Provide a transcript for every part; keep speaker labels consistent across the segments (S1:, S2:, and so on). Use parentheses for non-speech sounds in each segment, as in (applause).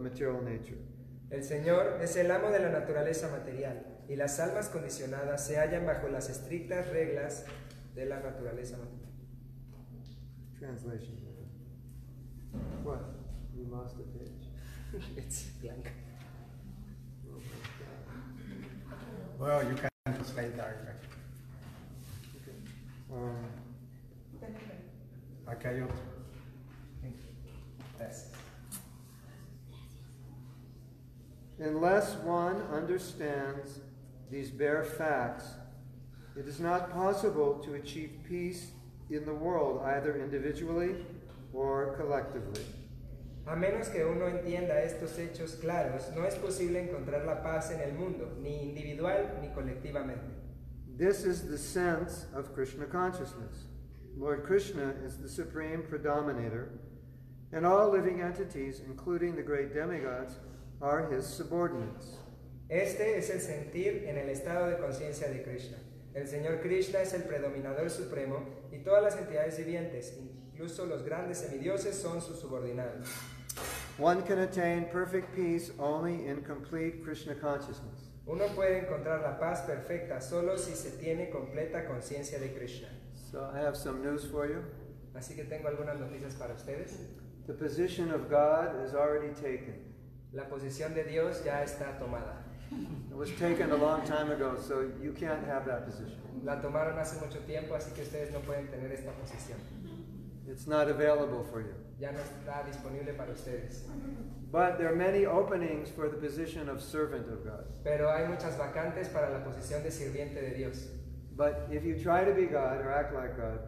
S1: material nature.
S2: El Señor es el amo de la naturaleza material y las almas condicionadas se hallan bajo las estrictas reglas de la naturaleza material. (laughs)
S1: Translation. What? You lost a page.
S2: It's blank.
S1: Oh my
S3: Well, you can translate directly.
S1: God. Um,
S3: Acá hay otro.
S2: That's-
S1: Unless one understands these bare facts, it is not possible to achieve peace in the world either individually or collectively.
S2: A menos que uno entienda estos hechos claros, no es posible encontrar la paz en el mundo, ni individual ni colectivamente.
S1: This is the sense of Krishna consciousness. Lord Krishna is the supreme predominator, and all living entities, including the great demigods, are his subordinates.
S2: Este es el sentir en el estado de conciencia de Krishna. El Señor Krishna es el predominador supremo y todas las entidades vivientes, incluso los grandes semidioses, son sus subordinados.
S1: One can attain perfect peace only in complete Krishna consciousness.
S2: Uno puede encontrar la paz perfecta solo si se tiene completa conciencia de Krishna.
S1: So I have some news for you.
S2: Así que tengo algunas noticias para ustedes.
S1: The position of God is already taken.
S2: La posición de Dios ya está tomada.
S1: It was taken a long time ago, so you can't have that position.
S2: La tomaron hace mucho tiempo, así que ustedes no pueden tener esta posición.
S1: It's not available for you.
S2: Ya no está disponible para ustedes.
S1: But there are many openings for the position of servant of God.
S2: Pero hay muchas vacantes para la posición de sirviente de Dios.
S1: But if you try to be God or act like God,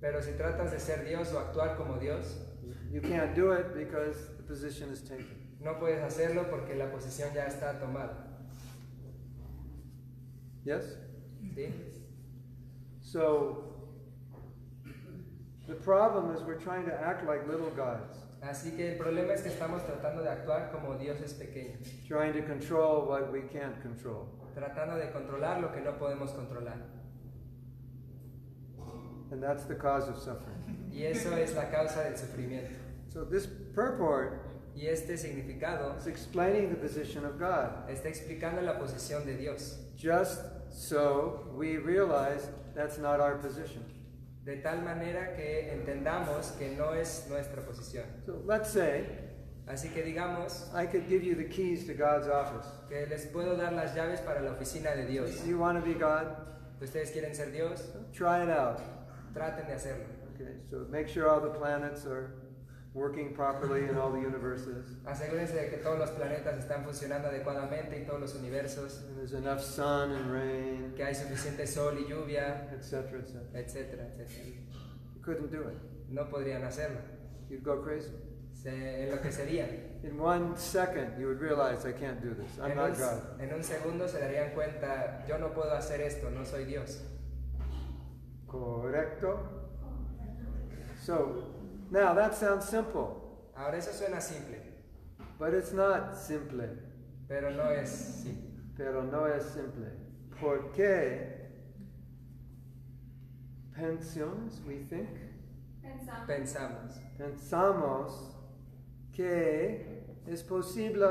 S2: Pero si tratas de ser Dios o actuar como Dios,
S1: you can't do it because the position is taken.
S2: no puedes hacerlo porque la posición ya está tomada.
S1: Yes?
S2: ¿sí?
S1: So the problem is we're trying to act like little gods,
S2: Así que el problema es que estamos tratando de actuar como dioses pequeños,
S1: trying to control what we can't control.
S2: tratando de controlar lo que no podemos controlar.
S1: And that's the cause of suffering.
S2: Y eso es la causa del sufrimiento.
S1: So this purport
S2: Y este significado
S1: It's explaining the position of God.
S2: está explicando la posición de Dios,
S1: Just so we realize that's not our position.
S2: de tal manera que entendamos que no es nuestra posición.
S1: So let's say
S2: Así que digamos
S1: I could give you the keys to God's office.
S2: que les puedo dar las llaves para la oficina de Dios.
S1: You want to be God?
S2: ¿Ustedes quieren ser Dios?
S1: Try it out.
S2: Traten de hacerlo.
S1: Okay, so make sure all the planets are working properly in all the universes.
S2: Asegúrense de que todos los planetas están funcionando adecuadamente y todos los universos,
S1: And there's enough sun and rain,
S2: que hay suficiente sol y lluvia,
S1: etc., etc.
S2: etcétera, etcétera.
S1: You couldn't do it.
S2: No podrían hacerlo.
S1: You'd go crazy.
S2: Se enloquecerían.
S1: In one second, you would realize I can't do this. I'm
S2: En
S1: not God.
S2: un, en un segundo se darían cuenta, yo no puedo hacer esto, no soy Dios.
S1: Correcto. So, now that sounds simple,
S2: Ahora eso suena simple,
S1: but it's not simple.
S2: pero no es simple.
S1: Pero no es simple. Porque pensions, we think,
S4: Pensamos.
S2: Pensamos
S1: pensamos que es posible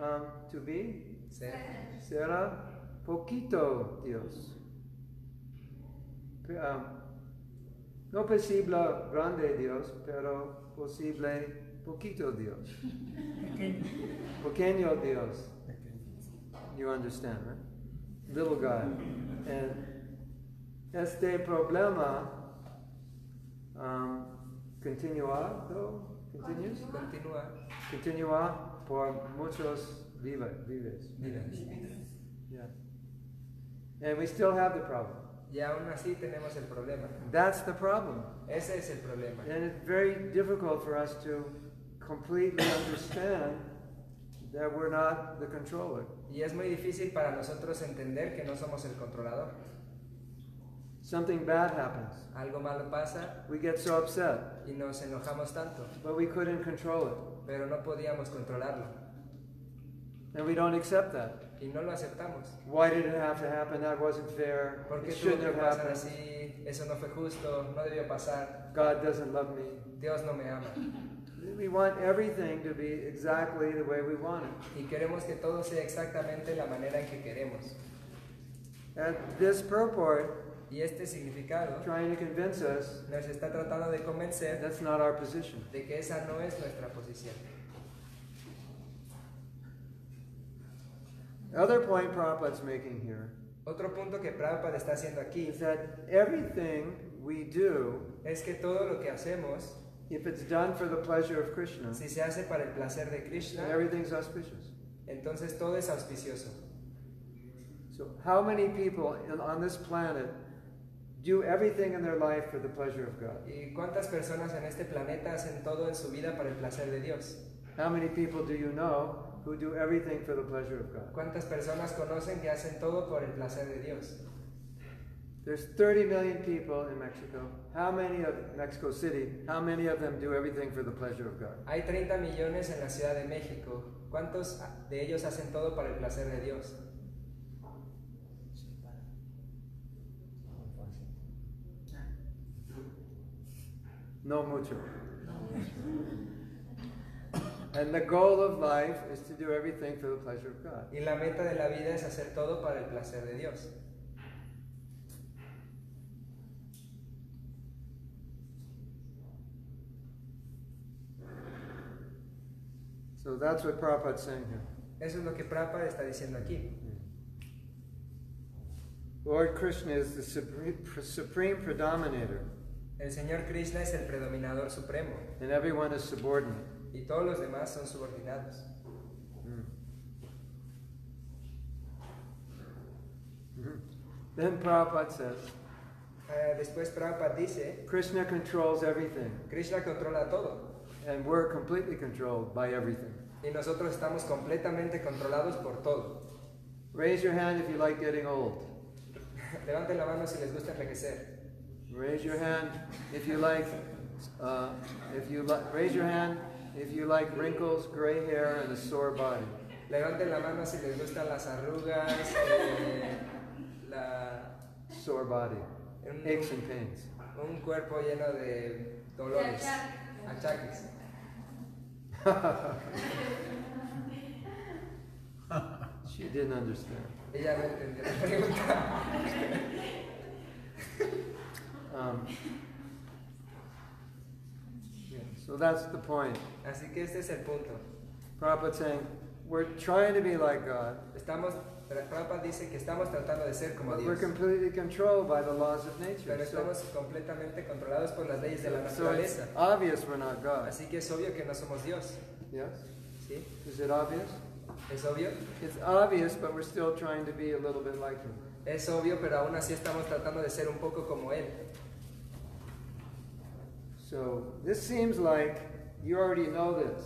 S1: um, to be,
S2: ser,
S1: será poquito Dios. Pe- um, no posible grande Dios, pero posible poquito Dios. Pequeño Dios. You understand, right? Little God. And este problema um, continuado, continues?
S2: continúa,
S1: Continúa por muchos vive- vives.
S2: mira.
S1: Yeah. And we still have the problem.
S2: Y aún así tenemos el problema.
S1: That's the problem.
S2: Ese es el problema.
S1: And it's very difficult for us to completely understand that we're not the controller.
S2: Y es muy difícil para nosotros entender que no somos el controlador.
S1: Something bad happens.
S2: Algo malo pasa
S1: We get so upset,
S2: y nos enojamos tanto,
S1: but we couldn't control it.
S2: pero no podíamos controlarlo
S1: And we don't accept that.
S2: y no lo aceptamos.
S1: Why did it have to happen? That wasn't fair.
S2: ¿Por qué
S1: It
S2: tuvo
S1: shouldn't
S2: que
S1: have
S2: pasar
S1: happened.
S2: así? Eso no fue justo, no debió pasar.
S1: God doesn't love me.
S2: Dios no me ama.
S1: We want everything to be exactly the way we want it.
S2: y queremos que todo sea exactamente la manera en que queremos.
S1: At this purport,
S2: Y este significado
S1: trying to convince us
S2: nos está tratando de convencer
S1: that's not our position.
S2: de que esa no es nuestra posición.
S1: Other point Prabhupada's making here
S2: Otro punto que Prabhupada está haciendo aquí
S1: is that everything we do,
S2: es que todo lo que hacemos,
S1: if it's done for the pleasure of Krishna,
S2: si se hace para el placer de Krishna,
S1: everything's auspicious.
S2: entonces todo es auspicioso.
S1: So, how many people in- on this planet do everything in their life for the pleasure of God?
S2: ¿Y cuántas personas en este planeta hacen todo en su vida para el placer de Dios?
S1: How many people do you know who do everything for the pleasure of God?
S2: ¿Cuántas personas conocen que hacen todo por el placer de Dios?
S1: There's 30 million people in Mexico. How many of Mexico City? How many of them do everything for the pleasure of God?
S2: Hay 30 millones en la Ciudad de México. ¿Cuántos de ellos hacen todo para el placer de Dios?
S1: No mucho. and the goal of life is to do everything for the pleasure of God.
S2: Y la meta de la vida es hacer todo para el placer de Dios.
S1: So that's what Prabhupada's saying here.
S2: Eso es lo que Prabhupada está diciendo aquí.
S1: Lord Krishna is the supreme, supreme predominator,
S2: El Señor Krishna es el predominador supremo
S1: and everyone is subordinate. Mm.
S2: y todos los demás son subordinados.
S1: Mhm. Then Prabhupada says,
S2: Eh, después Prabhupada dice,
S1: Krishna controls everything,
S2: Krishna controla todo
S1: and we're completely controlled by everything.
S2: y nosotros estamos completamente controlados por todo. (laughs)
S1: Raise your hand if you like getting old.
S2: Levanten la mano si les gusta envejecer.
S1: Raise your hand if you like, uh, if you like, raise your hand if you like wrinkles, gray hair, and a sore body.
S2: Levanten la mano si les gustan las arrugas, eh, la-
S1: Sore body. Aches and pains.
S2: un cuerpo lleno de dolores, achaques.
S1: She didn't understand.
S2: Ella no entendió la pregunta.
S1: Um, yeah, so that's the point.
S2: Así que este es el punto.
S1: Prabhupada saying, we're trying to be like God,
S2: Estamos, Prabhupada dice que estamos tratando de ser como
S1: but we're
S2: Dios,
S1: completely controlled by the laws of
S2: pero
S1: nature. So,
S2: estamos completamente controlados por las leyes de la
S1: so it's
S2: naturaleza.
S1: obvious we're not God.
S2: Así que es obvio que no somos Dios.
S1: Yes?
S2: ¿Sí?
S1: Is it obvious?
S2: ¿Es obvio?
S1: It's obvious, but we're still trying to be a little bit like Him.
S2: Es obvio, pero aún así estamos tratando de ser un poco como Él.
S1: So this seems like you already know this,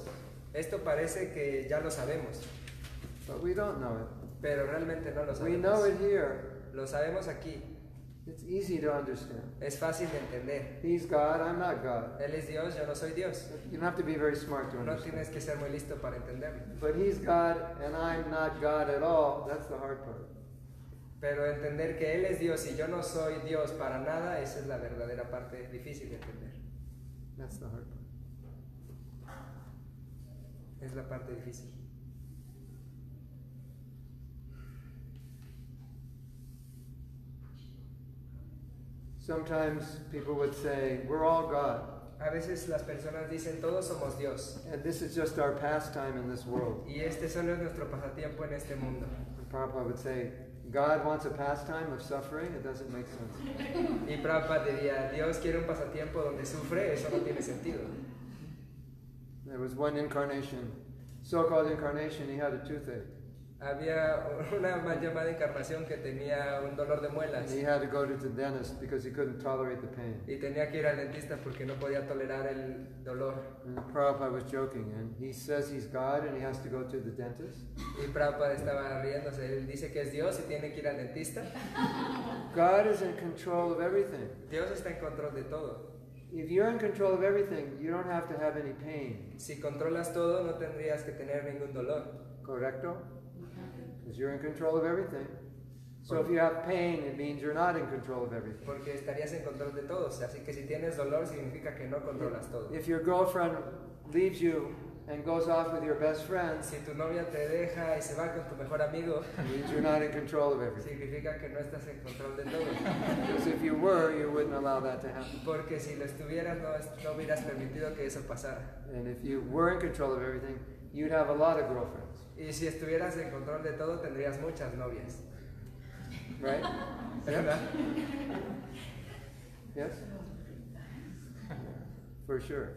S2: Esto parece que ya lo sabemos,
S1: but we don't know it.
S2: pero realmente no lo
S1: We know it
S2: sabemos.
S1: here.
S2: Lo sabemos aquí.
S1: It's easy to understand.
S2: Es fácil de entender.
S1: He's God, I'm not God.
S2: Él es Dios, yo no soy Dios.
S1: You don't have to be very smart to
S2: No
S1: understand.
S2: tienes que ser muy listo para entenderlo.
S1: But he's God and I'm not God at all. That's the hard part.
S2: Pero entender que Él es Dios y yo no soy Dios para nada, esa es la verdadera parte difícil de entender.
S1: That's the hard part.
S2: Es la parte difícil.
S1: Sometimes people would say, We're all God,
S2: A veces las personas dicen todos somos Dios
S1: and this is just our pastime in this world.
S2: y este solo es nuestro pasatiempo en este mundo.
S1: And Prabhupada would say, God wants a pastime of suffering? It doesn't make sense.
S2: Y Prabhupada diría, Dios quiere un pasatiempo donde sufre, eso no tiene sentido.
S1: There was one incarnation, so called incarnation, he had a toothache.
S2: Había una mal llamada encarnación que tenía un dolor de
S1: And
S2: muelas
S1: he had to go to the dentist because he couldn't tolerate the pain.
S2: y tenía que ir al dentista porque no podía tolerar el dolor.
S1: And Prabhupada was joking, and he says he's God and he has to go to the dentist.
S2: Y Prabhupada estaba riéndose, él dice que es Dios y tiene que ir al dentista.
S1: God is in control of everything.
S2: Dios está en control de todo.
S1: If you're in control of everything, you don't have to have any pain.
S2: Si controlas todo, no tendrías que tener ningún dolor.
S1: Correcto? Because you're in control of everything. So if you have pain, it means you're not in control of everything.
S2: Porque estarías en control de todos. Así que si tienes dolor, significa que no controlas todo.
S1: If your girlfriend leaves you and goes off with your best friends,
S2: Si tu novia te deja y se va con tu mejor amigo,
S1: it means you're not in control of everything.
S2: significa que no estás en control de todo.
S1: Because if you were, you wouldn't allow that to happen.
S2: Porque si lo estuvieras, no, es- no hubieras permitido que eso pasara.
S1: And if you were in control of everything, you'd have a lot of girlfriends,
S2: Y si estuvieras en control de todo, tendrías muchas novias.
S1: right?
S2: ¿Verdad?
S1: Yes? For sure.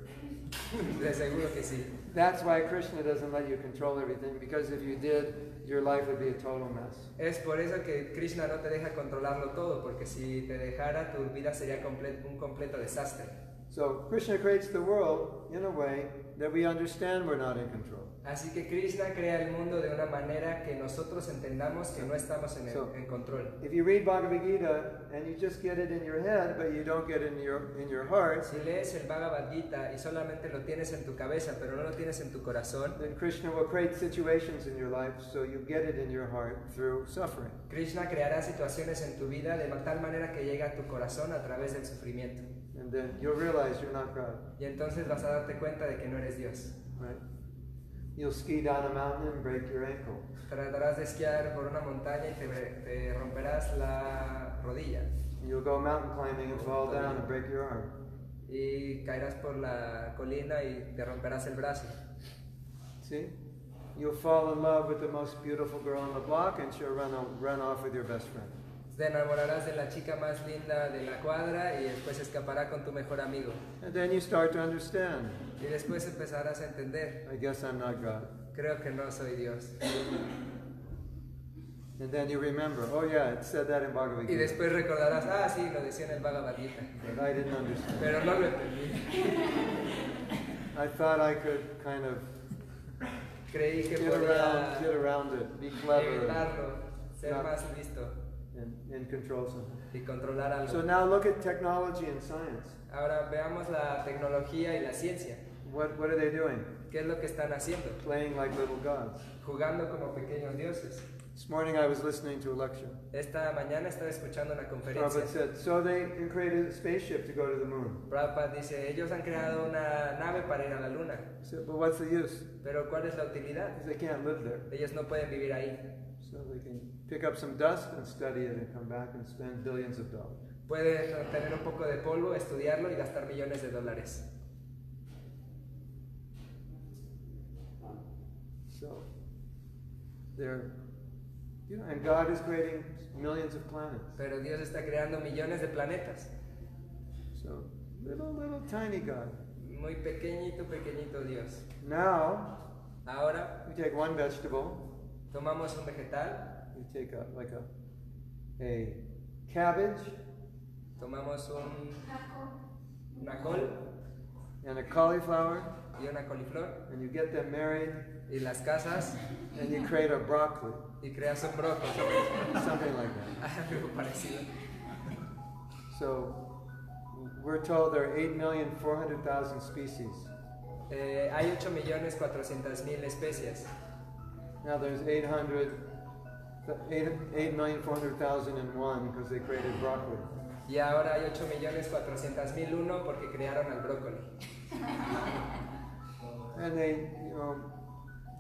S2: De seguro que sí.
S1: That's why Krishna doesn't let you control everything, because if you did, your life would be a total mess.
S2: Es por eso que Krishna no te deja controlarlo todo, porque si te dejara, tu vida sería comple- un completo desastre.
S1: So Krishna creates the world in a way that we understand we're not in control.
S2: Así que Krishna crea el mundo de una manera que nosotros entendamos que no estamos en, el-
S1: So-
S2: en control.
S1: If you read Bhagavad Gita and you just get it in your head, but you don't get it in your in your heart,
S2: Si lees el Bhagavad Gita y solamente lo tienes en tu cabeza, pero no lo tienes en tu corazón,
S1: then Krishna will create situations in your life so you get it in your heart through suffering.
S2: Krishna creará situaciones en tu vida de tal manera que llegue a tu corazón a través del sufrimiento.
S1: And then you'll realize you're not God,
S2: Y entonces vas a darte cuenta de que no eres Dios.
S1: right? You'll ski down a mountain and break your ankle.
S2: Tratarás de esquiar por una montaña y te, te romperás la rodilla.
S1: You'll go mountain climbing and fall down and break your arm.
S2: Y caerás por la colina y te romperás el brazo.
S1: See? You'll fall in love with the most beautiful girl on the block and she'll run, o- run off with your best friend.
S2: Te enamorarás de la chica más linda de la cuadra y después escapará con tu mejor amigo.
S1: And then you start to understand
S2: Y después empezarás a entender,
S1: I guess I'm not God.
S2: creo que no soy Dios.
S1: And then you remember, oh yeah, it said that in Bhagavad
S2: Y
S1: Gita.
S2: después recordarás, ah, sí, lo decía en el Bhagavad Gita.
S1: But I didn't understand.
S2: Pero no lo entendí.
S1: I thought I could kind of
S2: Creí que
S1: get around, get
S2: podía
S1: around it, be uh, clever
S2: evitarlo, ser
S1: Claro.
S2: más listo
S1: and, and control something.
S2: y controlar
S1: So
S2: algo.
S1: now look at technology and science.
S2: Ahora veamos la tecnología y la ciencia.
S1: What, what are they doing?
S2: ¿Qué es lo que están haciendo?
S1: Playing like little gods.
S2: Jugando como pequeños dioses.
S1: This morning I was listening to a lecture.
S2: Esta mañana estaba escuchando una conferencia.
S1: Prabhupada said, so they created a spaceship to go to the moon.
S2: Prabhupada dice, ellos han creado una nave para ir a la luna,
S1: I said, but what's the use?
S2: pero ¿cuál es la utilidad?
S1: Because they can't live there.
S2: Ellos no pueden vivir ahí.
S1: So they can pick up some dust and study it and come back and spend billions of dollars.
S2: Pueden tener un poco de polvo, estudiarlo y gastar millones de dólares.
S1: So they're, you know, and God is creating millions of planets.
S2: Pero Dios está creando millones de planetas.
S1: So little, little tiny God.
S2: Muy pequeñito, pequeñito Dios.
S1: Now
S2: Ahora
S1: we take one vegetable,
S2: tomamos un vegetal,
S1: we take a, like a, a cabbage
S2: tomamos un, una col
S1: and a cauliflower,
S2: y una coliflor
S1: and you get them married,
S2: y las casas
S1: and you create a broccoli,
S2: y creas un (laughs) brócoli.
S1: something like that.
S2: Ah, Algo parecido.
S1: So we're told there are 8,400,000 species.
S2: Eh, hay 8.400.000 especies.
S1: Now there's 800, th- eight- 8,400,001 because they created broccoli.
S2: Y ahora hay 8.400.001 porque crearon al brócoli.
S1: And they, you know,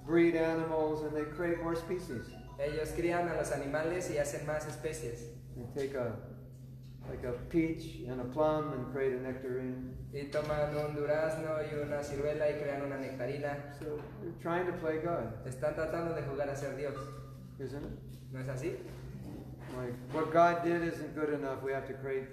S1: breed animals and they create more species.
S2: Ellos crían a los animales y hacen más especies.
S1: They take a, like a peach and a plum and create a nectarine.
S2: Y toman un durazno y una ciruela y crean una nectarina.
S1: So they're trying to play God,
S2: Están tratando de jugar a ser Dios.
S1: isn't it?
S2: ¿No es así?
S1: Like what God did isn't good enough. We have to create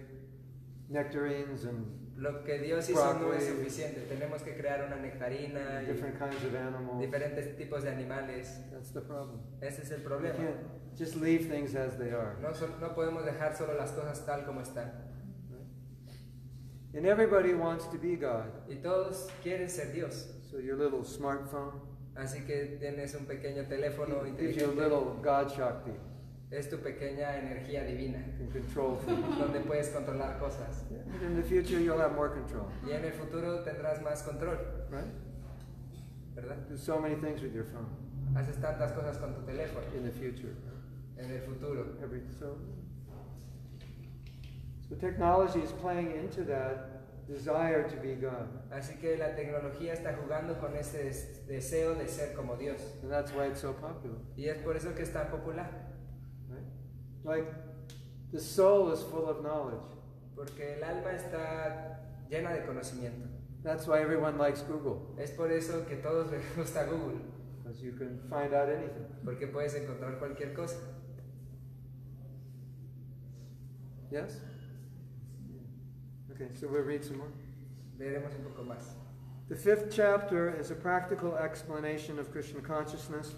S1: nectarines and
S2: Lo que Dios hizo no es
S1: Broccoli.
S2: suficiente. Tenemos que crear una nectarina y
S1: different kinds of animals.
S2: diferentes tipos de animales.
S1: That's the problem.
S2: Ese es el
S1: We
S2: problema.
S1: can't just leave things as they are.
S2: No, sol- no podemos dejar solo las cosas tal como están.
S1: And everybody wants to be God.
S2: Y todos quieren ser Dios.
S1: So your little smartphone
S2: Así que tienes un pequeño teléfono
S1: gives you a
S2: inteligente.
S1: little God Shakti.
S2: Es tu pequeña energía divina,
S1: You can control things.
S2: donde puedes controlar cosas.
S1: And in the future, you'll have more control,
S2: Y en el futuro tendrás más control,
S1: right?
S2: ¿verdad?
S1: Do so many things with your phone
S2: Haces tantas cosas con tu teléfono
S1: in the future.
S2: en el futuro.
S1: Every so. So technology is playing into that desire to be God.
S2: Así que la tecnología está jugando con ese des- deseo de ser como Dios.
S1: And that's why it's so popular.
S2: Y es por eso que es tan popular.
S1: Right? Like the soul is full of knowledge.
S2: Porque el alma está llena de conocimiento.
S1: That's why everyone likes Google,
S2: Es por eso que todos (laughs) les gusta Google.
S1: because you can find out anything.
S2: Porque puedes encontrar cualquier cosa.
S1: Yes? Okay, so we'll read some more.
S2: Veremos un poco más.
S1: The fifth chapter is a practical explanation of Krishna consciousness,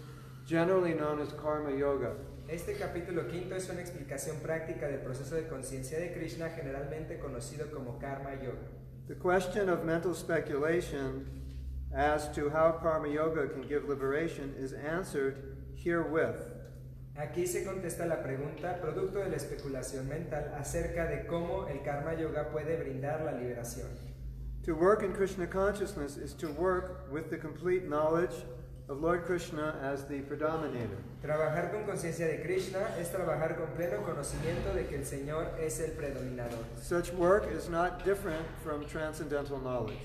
S1: generally known as karma yoga.
S2: Este capítulo quinto es una explicación práctica del proceso de conciencia de Krishna, generalmente conocido como Karma Yoga.
S1: The question of mental speculation as to how karma yoga can give liberation is answered herewith.
S2: Aquí se contesta la pregunta, producto de la especulación mental, acerca de cómo el Karma Yoga puede brindar la liberación.
S1: To work in Krishna consciousness is to work with the complete knowledge of Lord Krishna as the predominator.
S2: Trabajar con conciencia de Krishna es trabajar con pleno conocimiento de que el Señor es el predominador.
S1: Such work is not different from transcendental knowledge.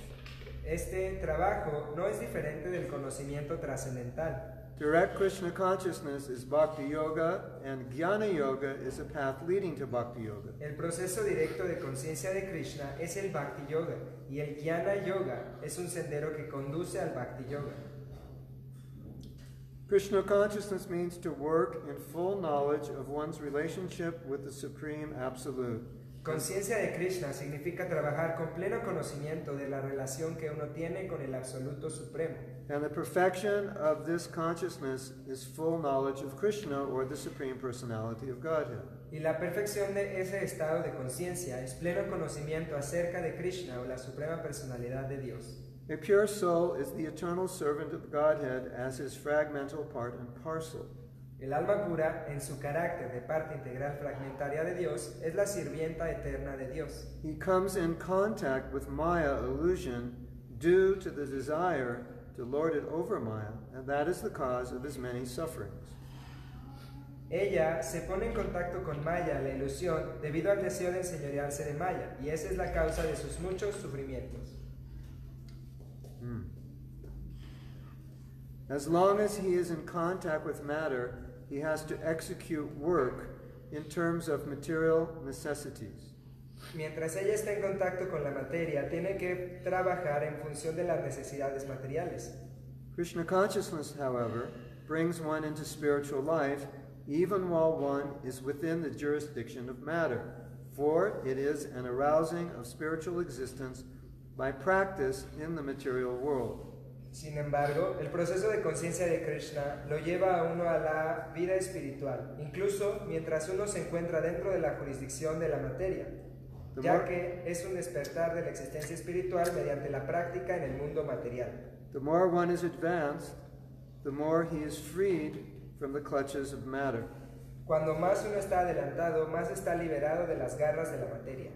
S2: Este trabajo no es diferente del conocimiento trascendental.
S1: Direct Krishna consciousness is bhakti yoga, and jnana yoga is a path leading to bhakti yoga.
S2: El proceso directo de conciencia de Krishna es el Bhakti Yoga y el Jnana Yoga es un sendero que conduce al Bhakti Yoga.
S1: Krishna consciousness means to work in full knowledge of one's relationship with the Supreme Absolute.
S2: Conciencia de Krishna significa trabajar con pleno conocimiento de la relación que uno tiene con el Absoluto Supremo.
S1: And the perfection of this consciousness is full knowledge of Krishna or the Supreme Personality of Godhead.
S2: Y la perfección de ese estado de conciencia es pleno conocimiento acerca de Krishna o la Suprema Personalidad de Dios.
S1: A pure soul is the eternal servant of Godhead as his fragmental part and parcel.
S2: El alma pura, en su carácter de parte integral fragmentaria de Dios, es la sirvienta eterna de Dios.
S1: He comes in contact with Maya illusion due to the desire to lord it over Maya, and that is the cause of his many sufferings.
S2: Ella se pone en contacto con Maya, la ilusión, debido al deseo de enseñorearse de Maya, y esa es la causa de sus muchos sufrimientos.
S1: Hmm. As long as he is in contact with matter, he has to execute work in terms of material necessities.
S2: Mientras ella está en contacto con la materia, tiene que trabajar en función de las necesidades materiales.
S1: Krishna consciousness, however, brings one into spiritual life even while one is within the jurisdiction of matter, for it is an arousing of spiritual existence by practice in the material world.
S2: Sin embargo, el proceso de conciencia de Krishna lo lleva a uno a la vida espiritual, incluso mientras uno se encuentra dentro de la jurisdicción de la materia, ya que es un despertar de la existencia espiritual mediante la práctica en el mundo material.
S1: The more one is advanced, the more he is freed from the clutches of matter.
S2: Cuando más uno está adelantado, más está liberado de las garras de la materia.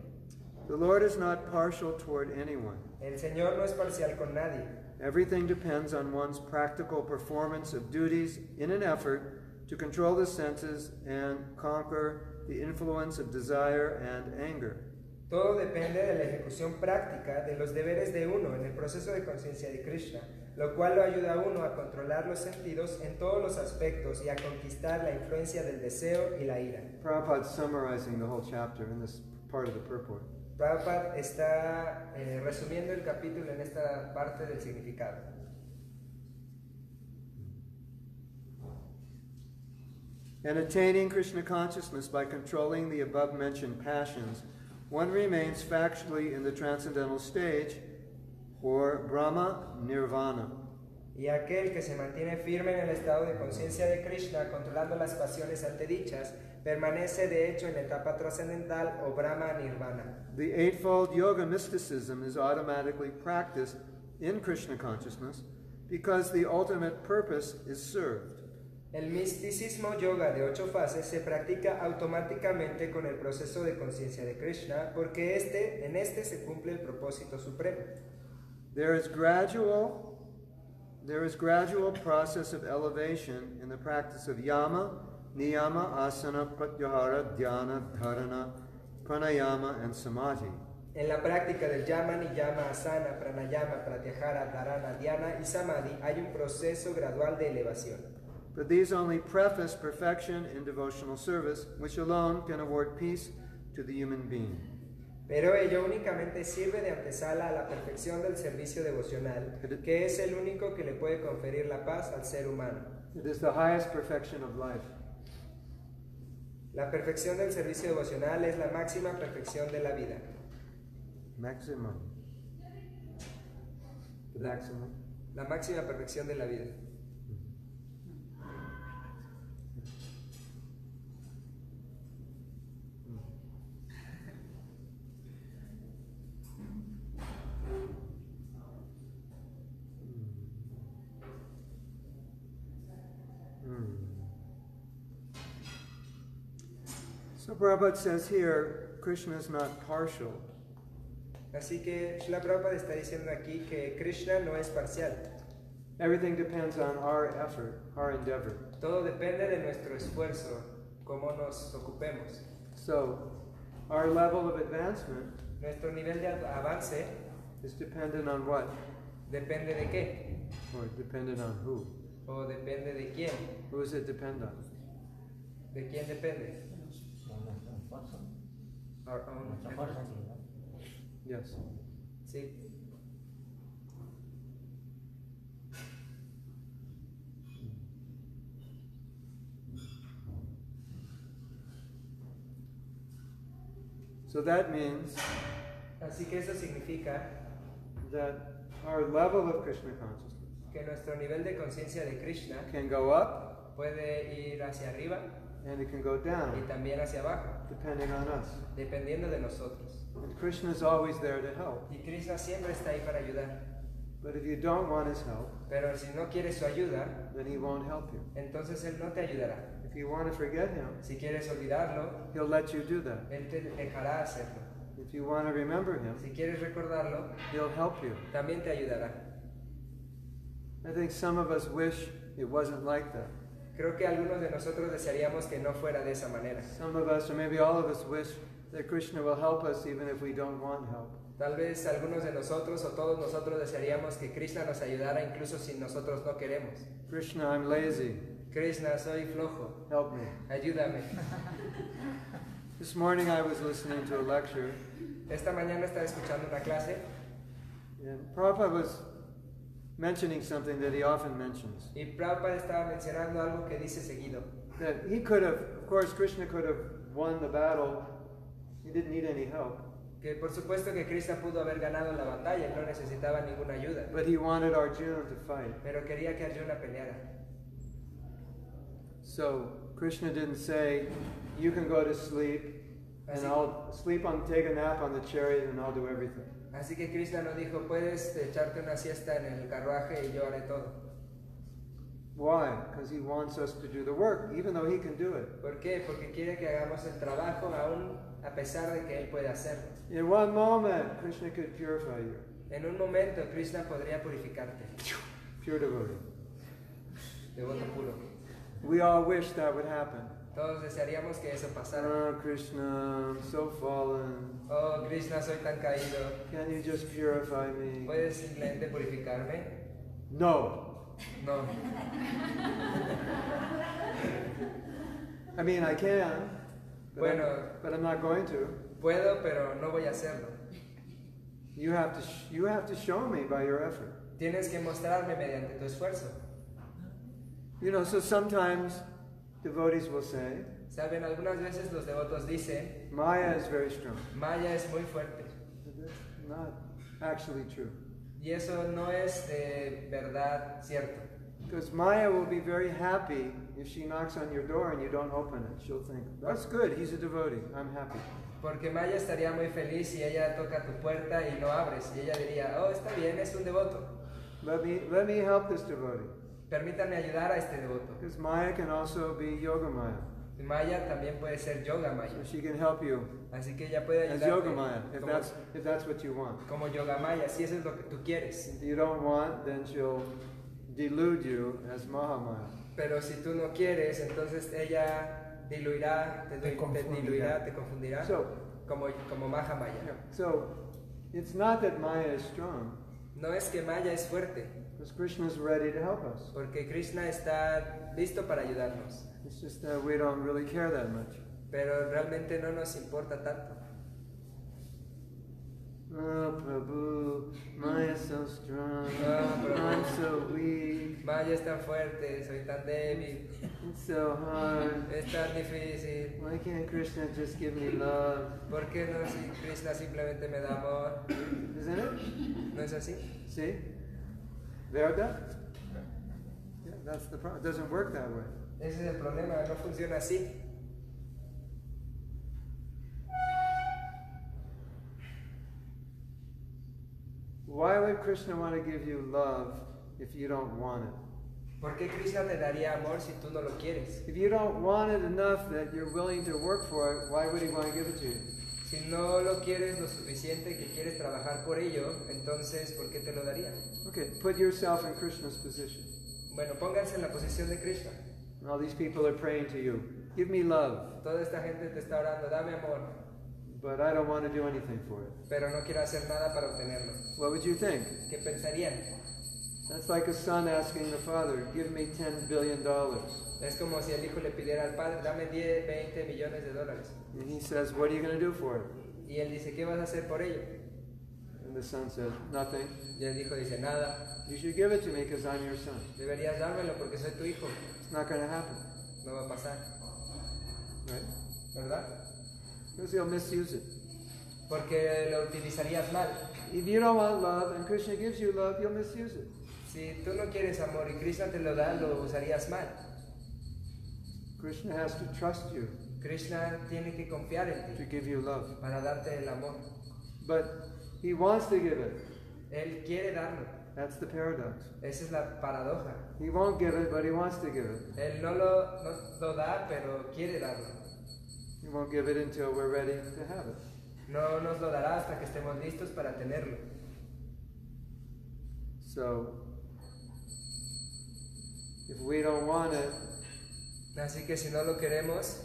S1: The Lord is not partial toward anyone.
S2: El Señor no es parcial con nadie.
S1: Everything depends on one's practical performance of duties in an effort to control the senses and conquer the influence of desire and anger.
S2: Todo depende de la ejecución práctica de los deberes de uno en el proceso de conciencia de Krishna, lo cual lo ayuda a uno a controlar los sentidos en todos los aspectos y a conquistar la influencia del deseo y la ira.
S1: Prabhupada's summarizing the whole chapter in this part of the purport.
S2: Prabhupada está eh, resumiendo el capítulo en esta parte del significado.
S1: In attaining Krishna consciousness by controlling the above mentioned passions, one remains factually in the transcendental stage or Brahma Nirvana.
S2: Y aquel que se mantiene firme en el estado de conciencia de Krishna, controlando las pasiones antedichas, permanece de hecho en la etapa trascendental o Brahma Nirvana.
S1: The Eightfold Yoga mysticism is automatically practiced in Krishna consciousness because the ultimate purpose is served.
S2: El misticismo yoga de ocho fases se practica automáticamente con el proceso de conciencia de Krishna, porque este, en este se cumple el propósito supremo.
S1: There is gradual there is gradual process of elevation in the practice of yama, niyama, asana, pratyahara, dhyana, dharana, pranayama, and samadhi.
S2: En la práctica del yama, niyama, asana, pranayama, pratyahara, dharana, dhyana y samadhi hay un proceso gradual de elevación.
S1: But these only preface perfection in devotional service, which alone can award peace to the human being.
S2: Pero ello únicamente sirve de antesala a la perfección del servicio devocional, que es el único que le puede conferir la paz al ser humano.
S1: It is the highest perfection of life.
S2: La perfección del servicio devocional es la máxima perfección de la vida.
S1: Maximum. The maximum.
S2: La máxima perfección de la vida.
S1: So Prabhupada says here, Krishna is not partial.
S2: Así que Srila Prabhupada está diciendo aquí que Krishna no es parcial.
S1: Everything depends on our effort, our endeavor.
S2: Todo depende de nuestro esfuerzo, cómo nos ocupemos.
S1: So our level of advancement
S2: Nuestro nivel de av- avance
S1: is dependent on what?
S2: depende de qué
S1: Or dependent on who?
S2: o depende de quién.
S1: Who does it depend on?
S2: ¿De quién depende? Our own effort.
S1: Yes.
S2: Sí.
S1: So that means
S2: Así que eso significa
S1: that our level of Krishna consciousness
S2: que nuestro nivel de conciencia de Krishna
S1: can go up
S2: puede ir hacia arriba
S1: and it can go
S2: y
S1: down,
S2: también hacia abajo,
S1: depending on us.
S2: dependiendo de nosotros.
S1: And Krishna is always there to help.
S2: Y Krishna siempre está ahí para ayudar.
S1: But if you don't want his help,
S2: Pero si no quieres su ayuda,
S1: then he won't help you.
S2: entonces Él no te ayudará.
S1: If you want to forget him,
S2: Si quieres olvidarlo,
S1: he'll let you do that.
S2: Él te dejará hacerlo.
S1: If you want to remember him,
S2: Si quieres recordarlo,
S1: he'll help you.
S2: también te ayudará.
S1: I think some of us wish it wasn't like that.
S2: Creo que algunos de nosotros desearíamos que no fuera de esa manera.
S1: Some of us, or maybe all of us, wish that Krishna will help us even if we don't want help.
S2: Tal vez algunos de nosotros o todos nosotros desearíamos que Krishna nos ayudara incluso si nosotros no queremos.
S1: Krishna, I'm lazy.
S2: Krishna, soy flojo,
S1: Help me.
S2: ayúdame.
S1: This morning I was listening to a lecture,
S2: Esta mañana estaba escuchando una clase
S1: and Prabhupada was mentioning something that he often mentions.
S2: y Prabhupada estaba mencionando algo que dice seguido.
S1: That he could have, of course, Krishna could have won the battle. He didn't need any help.
S2: Que por supuesto que Krishna pudo haber ganado la batalla, no necesitaba ninguna ayuda,
S1: But he wanted Arjuna to fight.
S2: pero quería que Arjuna peleara.
S1: So Krishna didn't say, You can go to sleep, and I'll sleep on, take a nap on the chariot, and I'll do everything.
S2: Así que Krishna no dijo, puedes echarte una siesta en el carruaje y yo haré todo.
S1: Why? Because he wants us to do the work, even though he can do it.
S2: ¿Por qué? Porque quiere que hagamos el trabajo aún a pesar de que él puede hacerlo.
S1: In one moment, Krishna could purify you,
S2: En un momento Krishna podría purificarte
S1: pure devotee.
S2: de voto puro.
S1: We all wish that would happen.
S2: Todos desearíamos que eso pasara.
S1: Oh, Krishna, I'm so fallen.
S2: Oh Krishna, soy tan caído.
S1: Can you just purify me?
S2: ¿Puedes simplemente purificarme?
S1: No.
S2: No.
S1: I mean, I can, but, I'm,
S2: Bueno.
S1: but I'm not going to.
S2: Puedo, pero no voy a hacerlo.
S1: You have to, sh- you have to show me by your effort.
S2: Tienes que mostrarme mediante tu esfuerzo.
S1: You know, so sometimes devotees will say,
S2: Saben, algunas veces los devotos dicen,
S1: Maya is very strong.
S2: Maya es muy fuerte.
S1: But that's not actually true.
S2: Y eso no es de verdad cierto.
S1: Because Maya will be very happy if she knocks on your door and you don't open it. She'll think, that's good, he's a devotee, I'm happy.
S2: Porque Maya estaría muy feliz si ella toca tu puerta y no abres. Y ella diría, oh, está bien, es un devoto.
S1: Let me, let me help this devotee.
S2: Permítanme ayudar a este devoto.
S1: Because Maya can also be Yoga Maya.
S2: Maya también puede ser yoga
S1: So
S2: Maya.
S1: she can help you
S2: Así que ella puede
S1: as Yoga
S2: ayudarte
S1: Maya, if
S2: como,
S1: that's, if that's what you want.
S2: como yoga Maya, si eso es lo que tú quieres.
S1: If you don't want, then she'll delude you as Mahamaya.
S2: Pero si tú no quieres, entonces ella diluirá, te,
S3: Te
S2: te diluirá, te confundirá
S1: So,
S2: como, como Maja Maya.
S1: yeah, so It's not that Maya is strong,
S2: No es que Maya es fuerte,
S1: because Krishna is ready to help us.
S2: porque Krishna está listo para ayudarnos,
S1: It's just that we don't really care that much.
S2: pero realmente no nos importa tanto.
S1: Oh, Prabhu, Maya's so strong.
S2: Ah, Prabhu.
S1: I'm so weak.
S2: Maya es tan fuerte, soy tan débil,
S1: It's so hard.
S2: es tan difícil.
S1: Why can't Krishna just give me love?
S2: ¿Por qué no si Krishna simplemente me da amor?
S1: Isn't it?
S2: ¿No es así?
S1: See? Verda? Yeah, that's the problem. It doesn't work that way.
S2: Ese es el problema, no funciona así.
S1: Why would Krishna want to give you love if you don't want it?
S2: ¿Por qué Krishna te daría amor si tú no lo quieres?
S1: If you don't want it enough that you're willing to work for it, why would he want to give it to you?
S2: Si no lo quieres lo suficiente que quieres trabajar por ello, entonces ¿por qué te lo daría?
S1: Okay, put yourself in Krishna's position.
S2: Bueno, pónganse en la posición de Krishna.
S1: And all these people are praying to you. Give me love,
S2: Toda esta gente te está orando, dame amor,
S1: but I don't want to do anything for it.
S2: pero no quiero hacer nada para obtenerlo.
S1: What would you think?
S2: ¿Qué pensarían?
S1: That's like a son asking the father, give me $10 billion.
S2: Es como si el hijo le pidiera al padre, dame 10, 20 millones de dólares.
S1: And he says, what are you going to do for it?
S2: Y él dice, ¿qué vas a hacer por ello?
S1: And the son says, nothing.
S2: Y el hijo dice, nada,
S1: You should give it to me because I'm your son.
S2: deberías dármelo porque soy tu hijo.
S1: It's not going to happen,
S2: No va a pasar,
S1: right?
S2: ¿verdad?
S1: Because he'll misuse it.
S2: Porque lo utilizarías mal.
S1: If you don't want love and Krishna gives you love, you'll misuse it.
S2: Si tú no quieres amor y Krishna te lo da, lo usarías mal.
S1: Krishna has to trust you
S2: Krishna tiene que confiar en
S1: to
S2: ti
S1: give you love.
S2: para darte el amor.
S1: But he wants to give it.
S2: Él quiere darlo.
S1: That's the paradox.
S2: Esa es la paradoja.
S1: He won't give it, but he wants to give it.
S2: Él no lo, no lo da, pero quiere darlo.
S1: He won't give it until we're ready to have it.
S2: No nos lo dará hasta que estemos listos para tenerlo.
S1: So, if we don't want it,
S2: Así que si no lo queremos,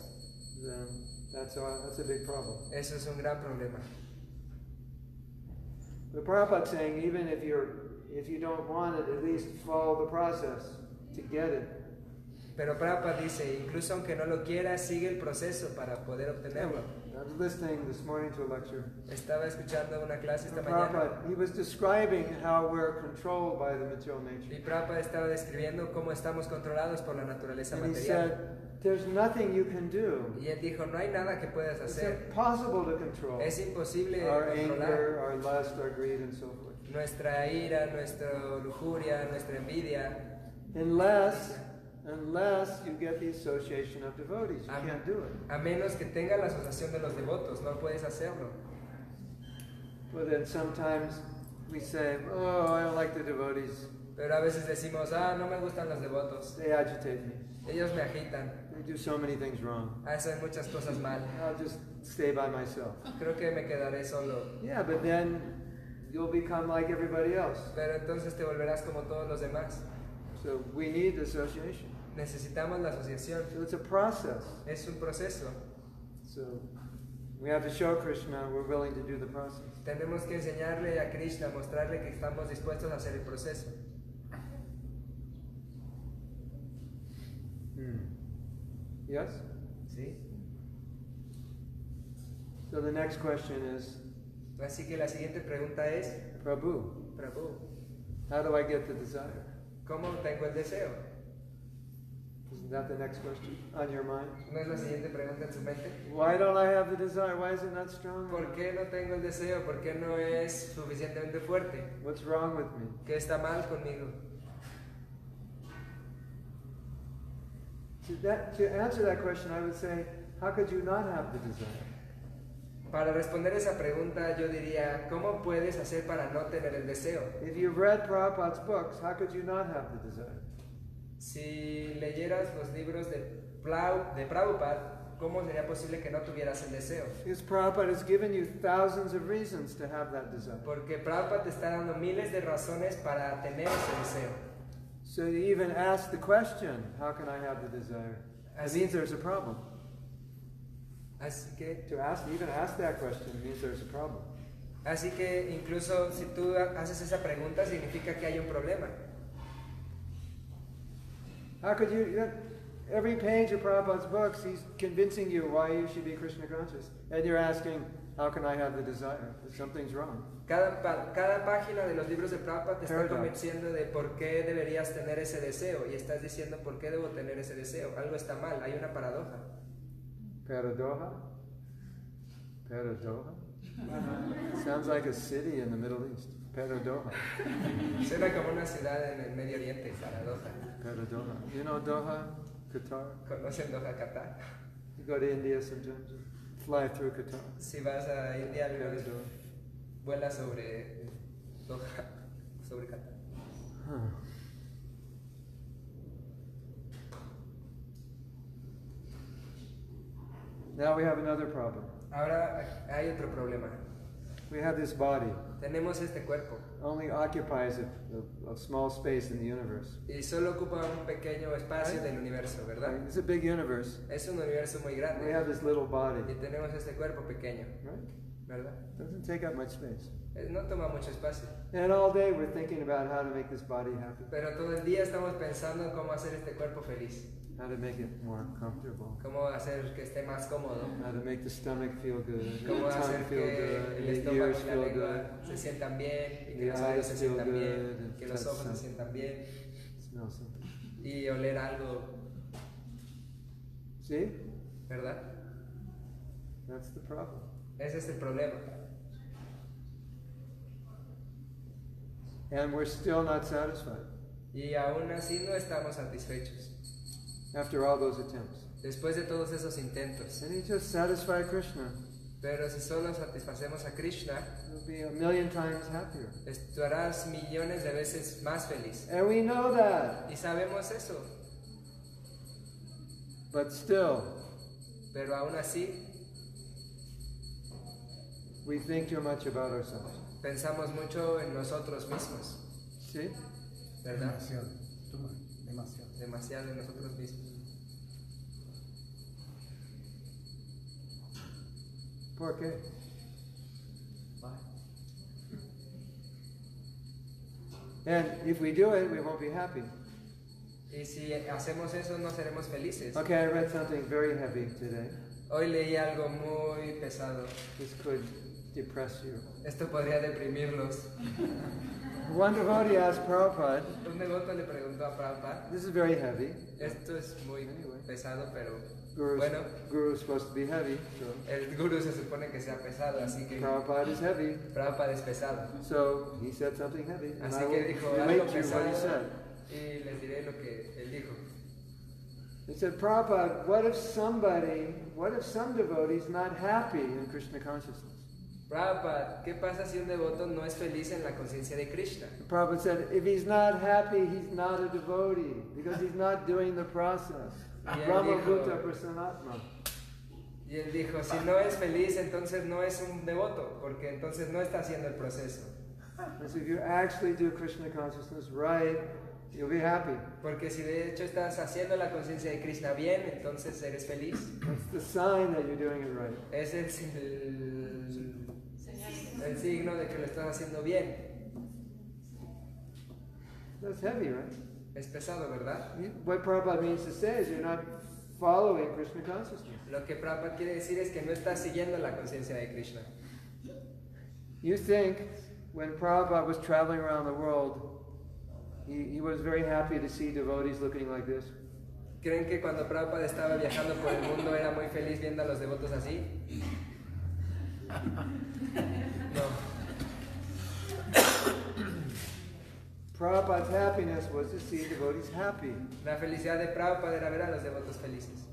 S1: then that's a, that's a big problem.
S2: eso es un gran problema.
S1: The Prabhupada's saying even if you're if you don't want it, at least follow the process to get it.
S2: Pero Prabhupada dice, incluso aunque no lo quieras, sigue el proceso para poder obtenerlo.
S1: I was listening this morning to a lecture.
S2: Estaba escuchando una clase esta
S1: And
S2: mañana
S1: Prabhupada, he was describing how we're controlled by the material
S2: y
S1: nature.
S2: Prabhupada estaba describiendo cómo estamos controlados por la naturaleza
S1: And he
S2: material.
S1: said, There's nothing you can do.
S2: Y él dijo, no hay nada que puedas
S1: It's
S2: hacer.
S1: impossible to control
S2: Es imposible
S1: our
S2: controlar
S1: anger, our lust, our greed, and so forth.
S2: nuestra ira, nuestra lujuria, nuestra envidia,
S1: Unless unless you get the association of devotees. You
S2: Amen.
S1: can't do it.
S2: a menos que tenga la asociación de los devotos, no puedes hacerlo.
S1: But then sometimes we say, Oh, I don't like the devotees.
S2: Pero a veces decimos, ah, no me gustan los devotos,
S1: They agitate me.
S2: ellos me agitan,
S1: They do so many things wrong.
S2: hacen muchas cosas mal,
S1: I'll just stay by myself.
S2: creo que me quedaré solo.
S1: Yeah, but then you'll become like everybody else.
S2: Pero entonces te volverás como todos los demás.
S1: So we need association.
S2: Necesitamos la asociación,
S1: So it's a process.
S2: es un proceso.
S1: So we have to show Krishna we're willing to do the process.
S2: Tenemos que enseñarle a Krishna, mostrarle que estamos dispuestos a hacer el proceso.
S1: Yes?
S2: ¿Sí?
S1: So the next question is
S2: Así que la siguiente pregunta es,
S1: Prabhu,
S2: Prabhu,
S1: how do I get the desire?
S2: ¿cómo obtengo el deseo?
S1: Isn't that the next question on your mind?
S2: ¿No es la siguiente pregunta en su mente?
S1: Why don't I have the desire? Why is it not strong?
S2: ¿Por qué no tengo el deseo? ¿Por qué no es suficientemente fuerte?
S1: What's wrong with me?
S2: ¿Qué está mal conmigo?
S1: To, that, to answer that question, I would say, how could you not have the desire?
S2: Para responder esa pregunta yo diría, ¿cómo puedes hacer para no tener el deseo?
S1: If you've read Prabhupada's books, how could you not have the desire?
S2: Si leyeras los libros de, Plau- de Prabhupada, ¿cómo sería posible que no tuvieras el deseo?
S1: Because Prabhupada has given you thousands of reasons to have that desire.
S2: Porque Prabhupada te está dando miles de razones para tener ese deseo.
S1: So you even ask the question, how can I have the desire? It
S2: Así,
S1: means there's a problem.
S2: así que
S1: To ask, even ask that question means there's a problem.
S2: Así que incluso si tú haces esa pregunta significa que hay un problema.
S1: How could you? you every page of Prabhupada's books, he's convincing you why you should be Krishna conscious, and you're asking, how can I have the desire? Something's wrong.
S2: Cada, pa- cada página de los libros de Prabhupada te está
S1: Paradox.
S2: convenciendo de por qué deberías tener ese deseo y estás diciendo por qué debo tener ese deseo. Algo está mal, hay una paradoja.
S1: Paradoha. Paradoha. Sounds like a city in the Middle East. Paradoha.
S2: Suena como una ciudad en el Medio Oriente, paradoja.
S1: Paradoha. You know Doha, Qatar.
S2: ¿Conocen Doha, Qatar?
S1: You go to India sometimes. Fly through Qatar.
S2: Si vas a India, alguna vez
S1: Paradoha.
S2: vuela sobre Doha, sobre Qatar.
S1: Huh. Now we have another problem.
S2: Ahora hay otro problema.
S1: We have this body.
S2: Tenemos este cuerpo
S1: Only occupies a, a, a small space in the universe.
S2: y solo ocupa un pequeño espacio del universo, ¿verdad?
S1: It's a big universe.
S2: Es un universo muy
S1: We
S2: grande
S1: have this little body.
S2: y tenemos este cuerpo pequeño,
S1: Right?
S2: ¿verdad?
S1: Doesn't take up much space.
S2: Eh, No toma mucho espacio,
S1: And all day we're thinking about how to make this body happy,
S2: pero todo el día estamos pensando en cómo hacer este cuerpo feliz,
S1: how to make it more comfortable,
S2: cómo hacer que esté más cómodo,
S1: how to make the stomach feel good,
S2: cómo
S1: the
S2: hacer
S1: tongue feel
S2: que el
S1: good, the
S2: estómago
S1: ears
S2: y la
S1: feel good,
S2: lengua se sientan bien y que
S1: The
S2: los oídos
S1: eyes
S2: se
S1: feel
S2: sientan
S1: good,
S2: bien, que los
S1: touch
S2: ojos se
S1: something.
S2: sientan bien
S1: smell something.
S2: y oler algo,
S1: See?
S2: ¿verdad?
S1: That's the problem.
S2: Ese es el problema.
S1: And we're still not satisfied
S2: Y aún así no estamos satisfechos.
S1: after all those attempts.
S2: Después de todos esos intentos.
S1: And you just satisfy Krishna,
S2: Pero si solo satisfacemos a Krishna,
S1: you'll be a million times happier.
S2: estarás millones de veces más feliz.
S1: And we know that,
S2: Y sabemos eso,
S1: but still,
S2: pero aún así
S1: we think too much about ourselves.
S2: pensamos mucho en nosotros mismos,
S1: See?
S2: ¿verdad?
S3: Demasiado. Too much. Demasiado.
S2: Demasiado en nosotros mismos.
S1: Por qué? And if we do it, we won't be happy.
S2: Y si hacemos eso no seremos felices.
S1: Okay, I read something very heavy today.
S2: Hoy leí algo muy pesado.
S1: This could depress you.
S2: Esto podría deprimirlos.
S1: One devotee asked Prabhupada,
S2: Un devoto le preguntó a Prabhupada,
S1: this is very heavy.
S2: esto es muy pesado, pero
S1: Guru's,
S2: bueno,
S1: guru's supposed to be heavy, so
S2: El guru se supone que sea pesado, así que
S1: Prabhupada is heavy.
S2: Prabhupada es pesado.
S1: So he said something heavy, and I
S2: Así
S1: will
S2: que dijo algo
S1: relate to you what he
S2: pesado
S1: said.
S2: y les diré lo que él dijo.
S1: He said, Prabhupada, what if somebody, what if some devotee's not happy in Krishna consciousness?
S2: Prabhupada, ¿qué pasa si un devoto no es feliz en la conciencia de Krishna?
S1: The Prabhupada said, if he's not happy, he's not a devotee because he's not doing the process.
S2: Yeah,
S1: Brahma
S2: dijo-
S1: Bhuta Prasanatma.
S2: Y él dijo, si no es feliz, entonces no es un devoto, porque entonces no está haciendo el proceso.
S1: And so if you actually do Krishna consciousness right, you'll be happy.
S2: Porque si de hecho estás haciendo la conciencia de Krishna bien, entonces eres feliz.
S1: That's the sign that you're doing it right.
S2: Es el, sin- el, el signo de que lo estás haciendo bien.
S1: That's heavy, right?
S2: Es pesado, ¿verdad?
S1: You- What Prabhupada means to say is you're not following Krishna consciousness.
S2: Lo que Prabhupada quiere decir es que no estás siguiendo la conciencia de Krishna.
S1: You think when Prabhupada was traveling around the world, he, he was very happy to see devotees looking like this.
S2: ¿Creen que cuando Prabhupada estaba viajando por el mundo era muy feliz viendo a los devotos así? No.
S1: Prabhupada's happiness was to see devotees happy.
S2: La felicidad de Prabhupada era ver a los devotos felices.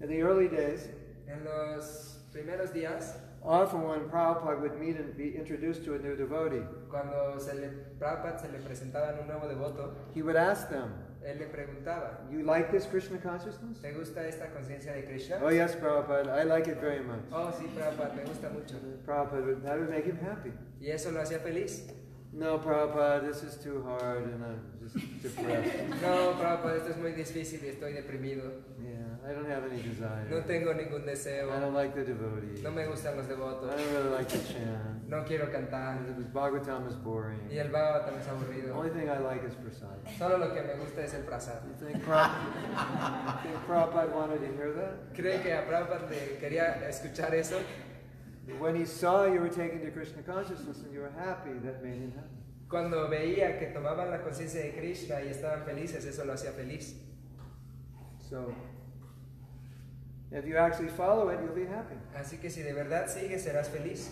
S1: In the early days,
S2: En los primeros días,
S1: often when Prabhupada would meet and be introduced to a new devotee,
S2: cuando se le, Prabhupada se le presentaba un nuevo devoto,
S1: he would ask them,
S2: él le preguntaba,
S1: You like this Krishna consciousness?
S2: ¿te gusta esta conciencia de Krishna?
S1: Oh, yes, Prabhupada, I like it very much.
S2: Oh, sí, Prabhupada, me gusta mucho.
S1: Prabhupada, would, that would make him happy.
S2: Y eso lo hacía feliz.
S1: No, Prabhupada, this is too hard and I'm just depressed.
S2: No, Prabhupada, esto es muy difícil y estoy deprimido.
S1: Yeah, I don't have any desire.
S2: No tengo ningún
S1: I
S2: deseo.
S1: don't like the devotees.
S2: No me gustan los
S1: I
S2: devotos.
S1: don't really like the chant.
S2: No quiero cantar.
S1: And The Bhagavatam is boring.
S2: Y el Bhagavatam es
S1: The
S2: aburrido.
S1: only thing I like is prasad.
S2: Solo lo que me gusta es el prasad.
S1: You think Prabhupada, think Prabhupada wanted to hear that?
S2: ¿Cree que a Prabhupada le quería escuchar eso?
S1: When he saw you were taken to Krishna consciousness and you were happy, that made him happy.
S2: Cuando veía que tomaban la conciencia de Krishna y estaban felices, eso lo hacía feliz.
S1: So, if you actually follow it, you'll be happy.
S2: Así que si de verdad sigues, serás feliz.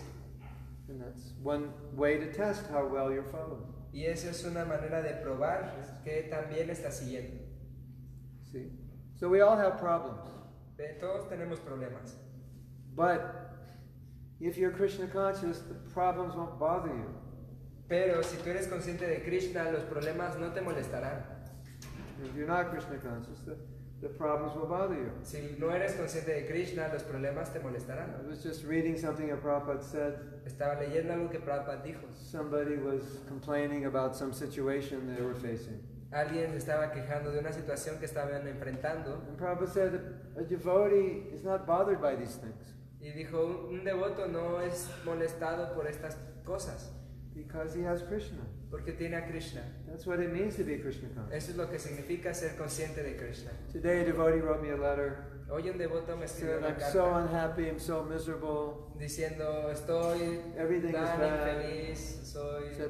S1: And that's one way to test how well you're following.
S2: Y eso es una manera de probar que también estás siguiendo.
S1: See? So we all have problems.
S2: Eh, Todos tenemos problemas.
S1: But if you're Krishna conscious, the problems won't bother you.
S2: Pero si tú eres consciente de Krishna, los problemas no te molestarán.
S1: If you're not Krishna conscious, the, the problems will bother you.
S2: Si no eres consciente de Krishna, los problemas te molestarán.
S1: I was just reading something that Prabhupada said.
S2: Estaba leyendo algo que Prabhupada dijo.
S1: Somebody was complaining about some situation they were facing.
S2: Alguien se estaba quejando de una situación que estaban enfrentando
S1: And Prabhupada said, a devotee is not bothered by these things
S2: y dijo, un devoto no es molestado por estas cosas
S1: because he has Krishna.
S2: porque tiene a Krishna.
S1: That's what it means to be Krishna conscious.
S2: Eso es lo que significa ser consciente de Krishna.
S1: Today, a devotee wrote me a letter.
S2: Hoy un devoto me
S1: Said,
S2: escribió una
S1: I'm so
S2: carta
S1: unhappy, I'm so miserable.
S2: diciendo, estoy
S1: Everything is
S2: tan
S1: bad.
S2: infeliz, soy
S1: Said,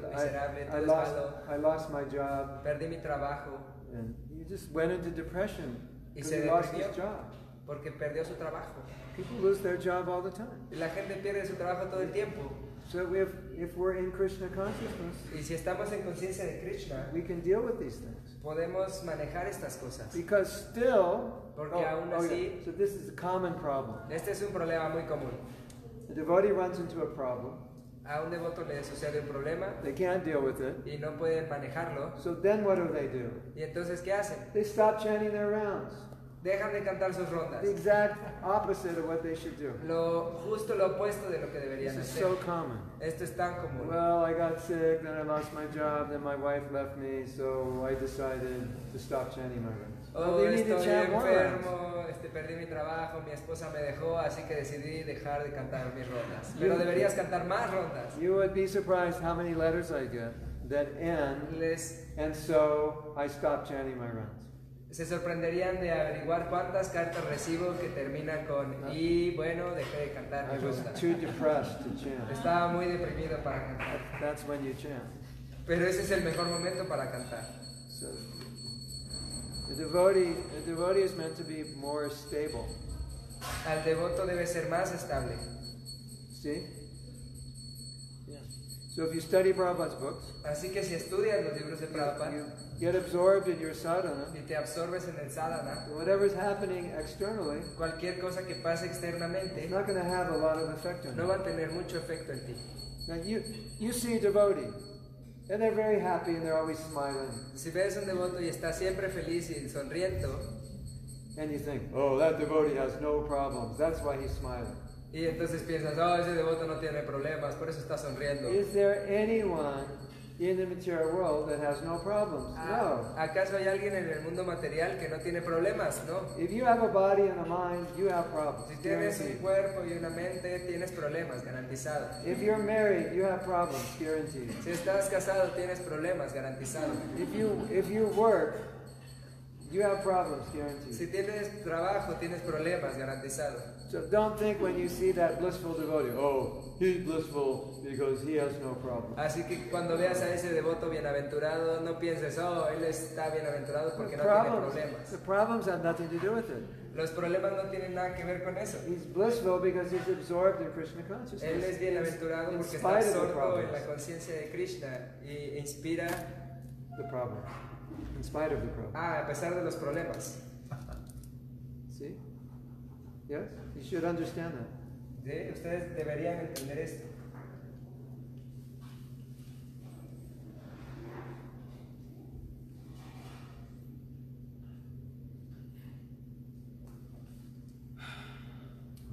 S1: I,
S2: miserable,
S1: I,
S2: todo es
S1: lost,
S2: malo,
S1: I lost my job.
S2: perdí mi trabajo
S1: And he just went into depression
S2: Y
S1: because
S2: se
S1: he lost
S2: deprimió.
S1: his job.
S2: porque perdió su trabajo.
S1: People lose their job all the time.
S2: Y La gente pierde su trabajo todo el tiempo.
S1: So if, if we're in Krishna consciousness,
S2: Y si estamos en conciencia de Krishna,
S1: we can deal with these things.
S2: podemos manejar estas cosas.
S1: Because still, oh,
S2: Porque aún así-
S1: so this is a common problem.
S2: Este es un problema muy común.
S1: A devotee runs into a problem,
S2: A un devoto le sucede un problema
S1: they can't deal with it.
S2: y no pueden manejarlo.
S1: So then what do they do?
S2: ¿Y entonces qué hacen?
S1: They stop chanting their rounds.
S2: Dejan de cantar sus rondas.
S1: The exact opposite of what they should do.
S2: Lo justo lo opuesto de lo que
S1: This
S2: deberían
S1: is
S2: hacer.
S1: so common.
S2: Esto es tan común.
S1: Well, I got sick, then I lost my job, then my wife left me, so I decided to stop chanting my rounds.
S2: Oh,
S1: Well, you need to
S2: estoy
S1: chant more rounds.
S2: enfermo, este, perdí mi trabajo, mi esposa me dejó, así que decidí dejar de cantar mis rondas.
S1: You-
S2: Pero deberías cantar más rondas.
S1: You would be surprised how many letters I get that end,
S2: Les
S1: and so I stopped chanting my rounds.
S2: se sorprenderían de averiguar cuántas cartas recibo que terminan con y bueno, dejé de cantar
S1: I
S2: mis
S1: was
S2: rondas.
S1: too depressed to chant.
S2: Estaba muy deprimido para cantar.
S1: That's when you chant.
S2: Pero ese es el mejor momento para cantar.
S1: So the devotee, the devotee is meant to be more stable.
S2: Al devoto debe ser más estable.
S1: See? Yeah. So if you study Prabhupada's books,
S2: Así que si estudias los libros de
S1: you
S2: Prabhupada
S1: get absorbed in your sadhana.
S2: y te absorbes en el sadhana,
S1: Whatever's happening externally,
S2: cualquier cosa que pase
S1: it's
S2: externamente
S1: not going to have a lot of effect on
S2: no
S1: you.
S2: va a tener mucho efecto en ti.
S1: Now you, you see a devotee, and they're very happy and they're always smiling,
S2: Si ves un devoto y está siempre feliz y sonriendo,
S1: and you think, oh, that devotee has no problems. That's why he's smiling.
S2: y entonces piensas, oh, ese devoto no tiene problemas, por eso está sonriendo.
S1: Is there anyone in the material world that has no problems?
S2: Ah,
S1: No.
S2: ¿Acaso hay alguien en el mundo material que no tiene problemas? No.
S1: If you have a body and a mind, you have problems.
S2: Si tienes
S1: Guaranteed.
S2: un cuerpo y una mente, tienes problemas, garantizado.
S1: If you're married, you have problems. Guaranteed.
S2: Si estás casado, tienes problemas, garantizado.
S1: If you if you work, you have problems. Guaranteed.
S2: Si tienes trabajo, tienes problemas, garantizado.
S1: So don't think when you see that blissful devotee, oh, he's blissful because he has no problem.
S2: Así que cuando veas a ese devoto bienaventurado, no pienses, oh, él está bienaventurado
S1: The
S2: porque no tiene
S1: problems,
S2: problemas.
S1: the problems have nothing to do with it.
S2: Los problemas no tienen nada que ver con eso.
S1: He's blissful because he's absorbed in Krishna
S2: Él es
S1: consciousness.
S2: bienaventurado
S1: In
S2: porque
S1: spite
S2: está
S1: of the
S2: absorto en
S1: problems.
S2: la conciencia de Krishna y inspira
S1: The problems. In spite of the problem.
S2: ah, a pesar de los problemas.
S1: See? Yes? You should understand that.
S2: ¿Sí? Ustedes deberían entender esto.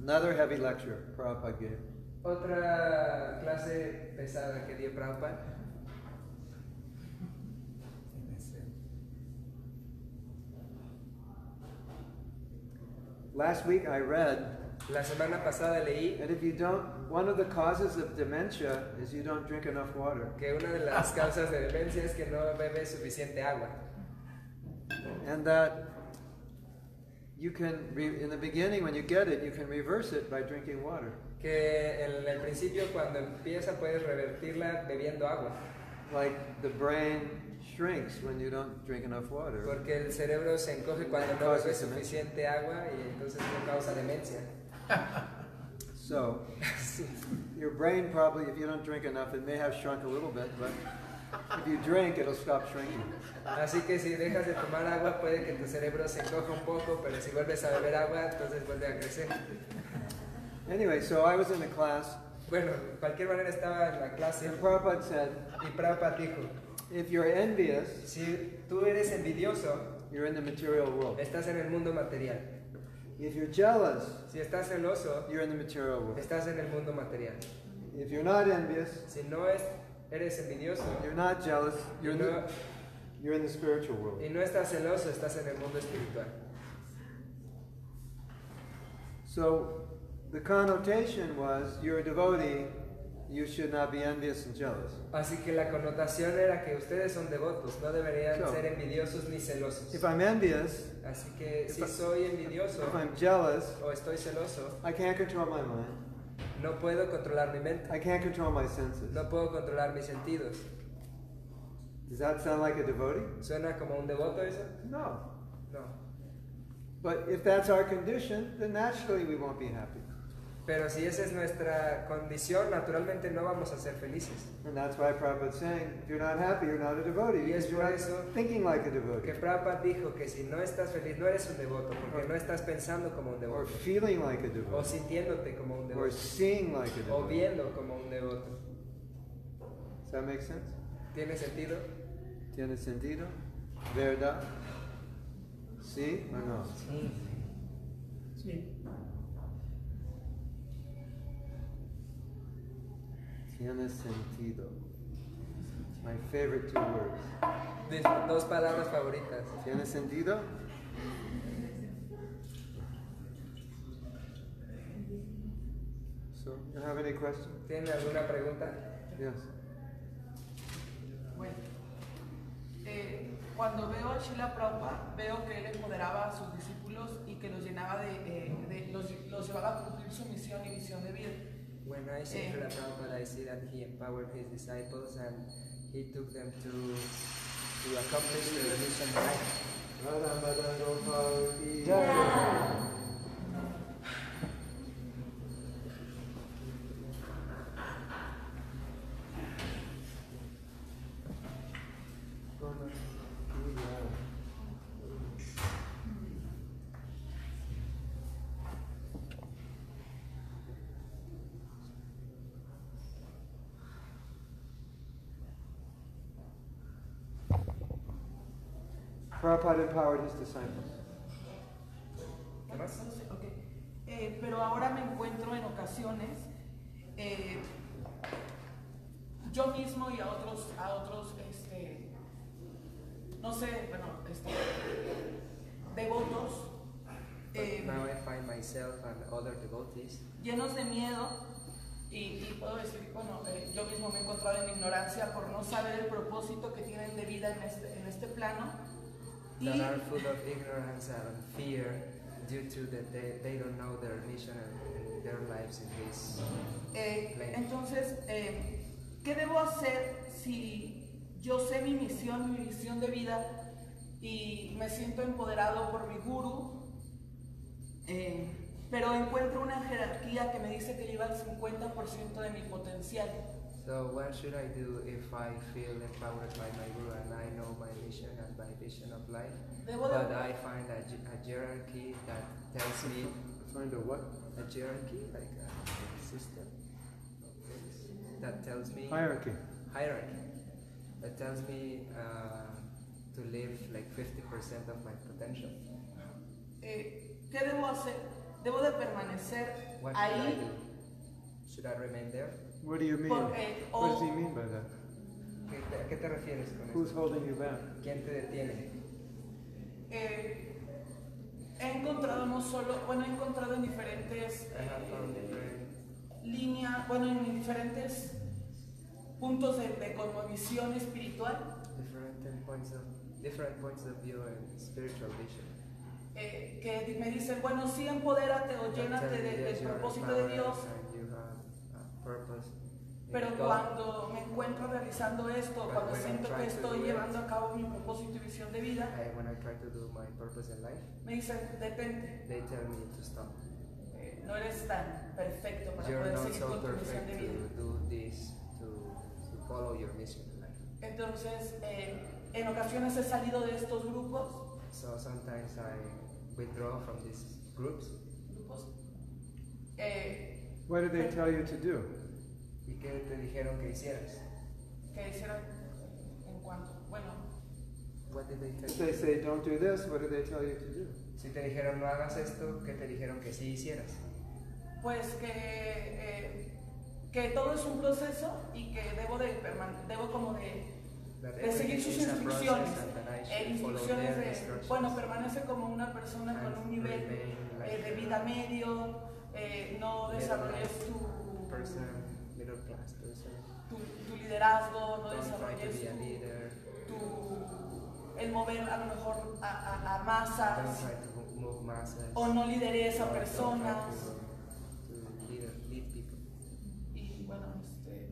S1: Another heavy lecture Prabhupada gave.
S2: Otra clase pesada que dio Prabhupada
S1: Last week I read
S2: La semana pasada leí
S1: that if you don't, one of the causes of dementia is you don't drink enough water.
S2: que una de (laughs) las causas de demencia es que no bebes suficiente agua.
S1: And that you can, re- in the beginning, when you get it, you can reverse it by drinking water.
S2: Que en el principio cuando empieza puedes revertirla bebiendo agua,
S1: Like the brain shrinks when you don't drink enough water.
S2: porque el cerebro se encoge cuando no bebes suficiente agua y entonces no causa demencia.
S1: So,
S2: Sí.
S1: your brain probably, if you don't drink enough, it may have shrunk a little bit, but if you drink, it'll stop shrinking.
S2: Así que si dejas de tomar agua puede que tu cerebro se encoja un poco, pero si vuelves a beber agua entonces vuelve a crecer.
S1: Anyway, so I was in a class,
S2: Bueno, de cualquier manera estaba en la clase
S1: and Prabhupada said,
S2: y Prabhupada dijo,
S1: if you're envious,
S2: si tú eres envidioso,
S1: you're in the material world.
S2: estás en el mundo material.
S1: If you're jealous,
S2: Si estás celoso,
S1: you're in the material world.
S2: estás en el mundo material.
S1: If you're not envious,
S2: Si no es, eres envidioso
S1: you're not jealous,
S2: y
S1: you're in
S2: no,
S1: the, you're in the spiritual world.
S2: y no estás celoso, estás en el mundo espiritual.
S1: So the connotation was you're a devotee, you should not be envious and jealous.
S2: Así que la connotación era que ustedes son devotos, no deberían
S1: Claro.
S2: ser envidiosos ni celosos.
S1: If I'm envious,
S2: Así que
S1: If
S2: si
S1: I-
S2: soy envidioso
S1: if I'm jealous,
S2: o estoy celoso,
S1: I can't control my mind.
S2: no puedo controlar mi mente,
S1: I can't control my senses.
S2: no puedo controlar mis sentidos.
S1: Does that sound like a devotee?
S2: ¿Suena como un devoto eso?
S1: No.
S2: No.
S1: But if that's our condition, then naturally we won't be happy.
S2: Pero si esa es nuestra condición, naturalmente no vamos a ser felices.
S1: And that's why Prabhupada's saying, if you're not happy, you're not a devotee.
S2: Yes,
S1: Because you're
S2: por
S1: not
S2: eso-
S1: thinking like a
S2: Porque
S1: devotee
S2: Prabhupada dijo que si no estás feliz, no eres un devoto, porque no estás pensando como un
S1: or
S2: devoto,
S1: feeling like a
S2: o
S1: devotee
S2: sintiéndote como un
S1: or
S2: devoto,
S1: seeing like a
S2: o
S1: devotee.
S2: viendo como un devoto.
S1: Does that make sense?
S2: ¿Tiene sentido?
S1: ¿Tiene sentido? ¿Verdad? ¿Sí o no?
S3: Sí.
S1: Tiene sentido. My favorite two words.
S2: Mis dos palabras favoritas.
S1: ¿Tiene sentido? So, you have any questions?
S2: ¿Tienen alguna pregunta?
S1: Yes.
S4: Bueno, eh, cuando veo a Shila Prabhupada, veo que él empoderaba a sus discípulos y que los llenaba de, eh, de- los, los llevaba a cumplir su misión y visión de vida.
S2: When I see Srila Prabhupada, I see that he empowered his disciples and he took them to, to accomplish their mission life.
S1: Radha Madan Gopal ki Prabhupada empowered his disciples.
S2: ¿Qué más?
S4: Entonces, ok. Eh, pero ahora me encuentro en ocasiones, eh, yo mismo y a otros, a otros, este, no sé, bueno, este, devotos, eh,
S2: But now I find myself and other devotees
S4: llenos de miedo y, y puedo decir, bueno, eh, yo mismo me he encontrado en mi ignorancia por no saber el propósito que tienen de vida en este, en este plano y
S2: that are full of ignorance and fear due to that they, they don't know their mission and, and their lives in this.
S4: eh, entonces, eh, ¿qué debo hacer si yo sé mi misión, mi visión de vida y me siento empoderado por mi guru, eh, pero encuentro una jerarquía que me dice que lleva el 50% de mi potencial?
S2: So what should I do if I feel empowered by my guru and I know my mission and my vision of life,
S4: Debo de-
S2: but I find a, ge- a hierarchy that tells me
S1: Find a what?
S2: a hierarchy like a system of things, that tells me
S1: Hierarchy.
S2: hierarchy that tells me uh, to live like 50% of my potential.
S4: Eh, ¿Qué debo hacer? Debo de permanecer
S2: What should I do?
S4: ahí.
S2: Should I remain there?
S1: What do you mean?
S4: Porque-
S1: What does
S4: o-
S1: he mean by that?
S2: ¿Qué te, a qué te refieres con
S1: Who's
S2: eso?
S1: holding you back?
S2: ¿Quién te detiene?
S4: Eh, he encontrado no solo, bueno, he encontrado en diferentes líneas, bueno, en diferentes puntos de, de cosmovisión espiritual,
S5: different points of different points of view and spiritual vision.
S4: eh, que di- me dicen, bueno, sí, empodérate o llénate de- del
S5: Yes, you are
S4: propósito de
S5: empowered
S4: Dios,
S5: and you have a purpose in
S4: pero
S5: God.
S4: cuando me encuentro realizando esto,
S5: But
S4: cuando
S5: when I'm
S4: siento que
S5: trying to
S4: estoy
S5: do it.
S4: llevando a cabo mi propósito y visión de vida,
S5: I- when I try to do my purpose in life,
S4: me dicen, detente,
S5: they tell me to stop.
S4: eh, no eres tan perfecto para
S5: You're
S4: poder
S5: not
S4: seguir
S5: so
S4: con tu visión
S5: perfect
S4: de
S5: to
S4: vida.
S5: do this, to, to follow your mission in life.
S4: Entonces, eh, en ocasiones he salido de estos grupos,
S5: So sometimes I withdraw from these groups
S4: grupos eh,
S1: What did they tell you to do?
S2: ¿Y qué te dijeron que hicieras?
S4: que hicieron en cuanto, bueno,
S5: What did they
S1: If
S5: tell
S1: they
S5: you?
S1: say don't do this, what do they tell you to do?
S2: Si te dijeron no hagas esto, ¿qué te dijeron que sí hicieras?
S4: pues que, eh, que todo es un proceso y que debo de perman- debo como de,
S5: That
S4: de seguir sus
S5: everything is a
S4: instrucciones.
S5: process and that I should
S4: E
S5: follow
S4: instrucciones Ah,
S5: their
S4: de,
S5: instructions.
S4: bueno, permanece como una persona
S5: And
S4: con un nivel
S5: remain like
S4: eh, de vida medio, eh, no
S5: middle
S4: desarrolles
S5: life
S4: tu,
S5: person, middle class person.
S4: tu, tu liderazgo, no
S5: Don't try to
S4: desarrolles
S5: be a
S4: tu,
S5: leader.
S4: tu- el mover a lo mejor a, a- a
S5: Don't
S4: masas
S5: try to move masses.
S4: o no lideres a
S5: Or don't try
S4: personas
S5: to, to lead, lead people.
S4: y bueno este,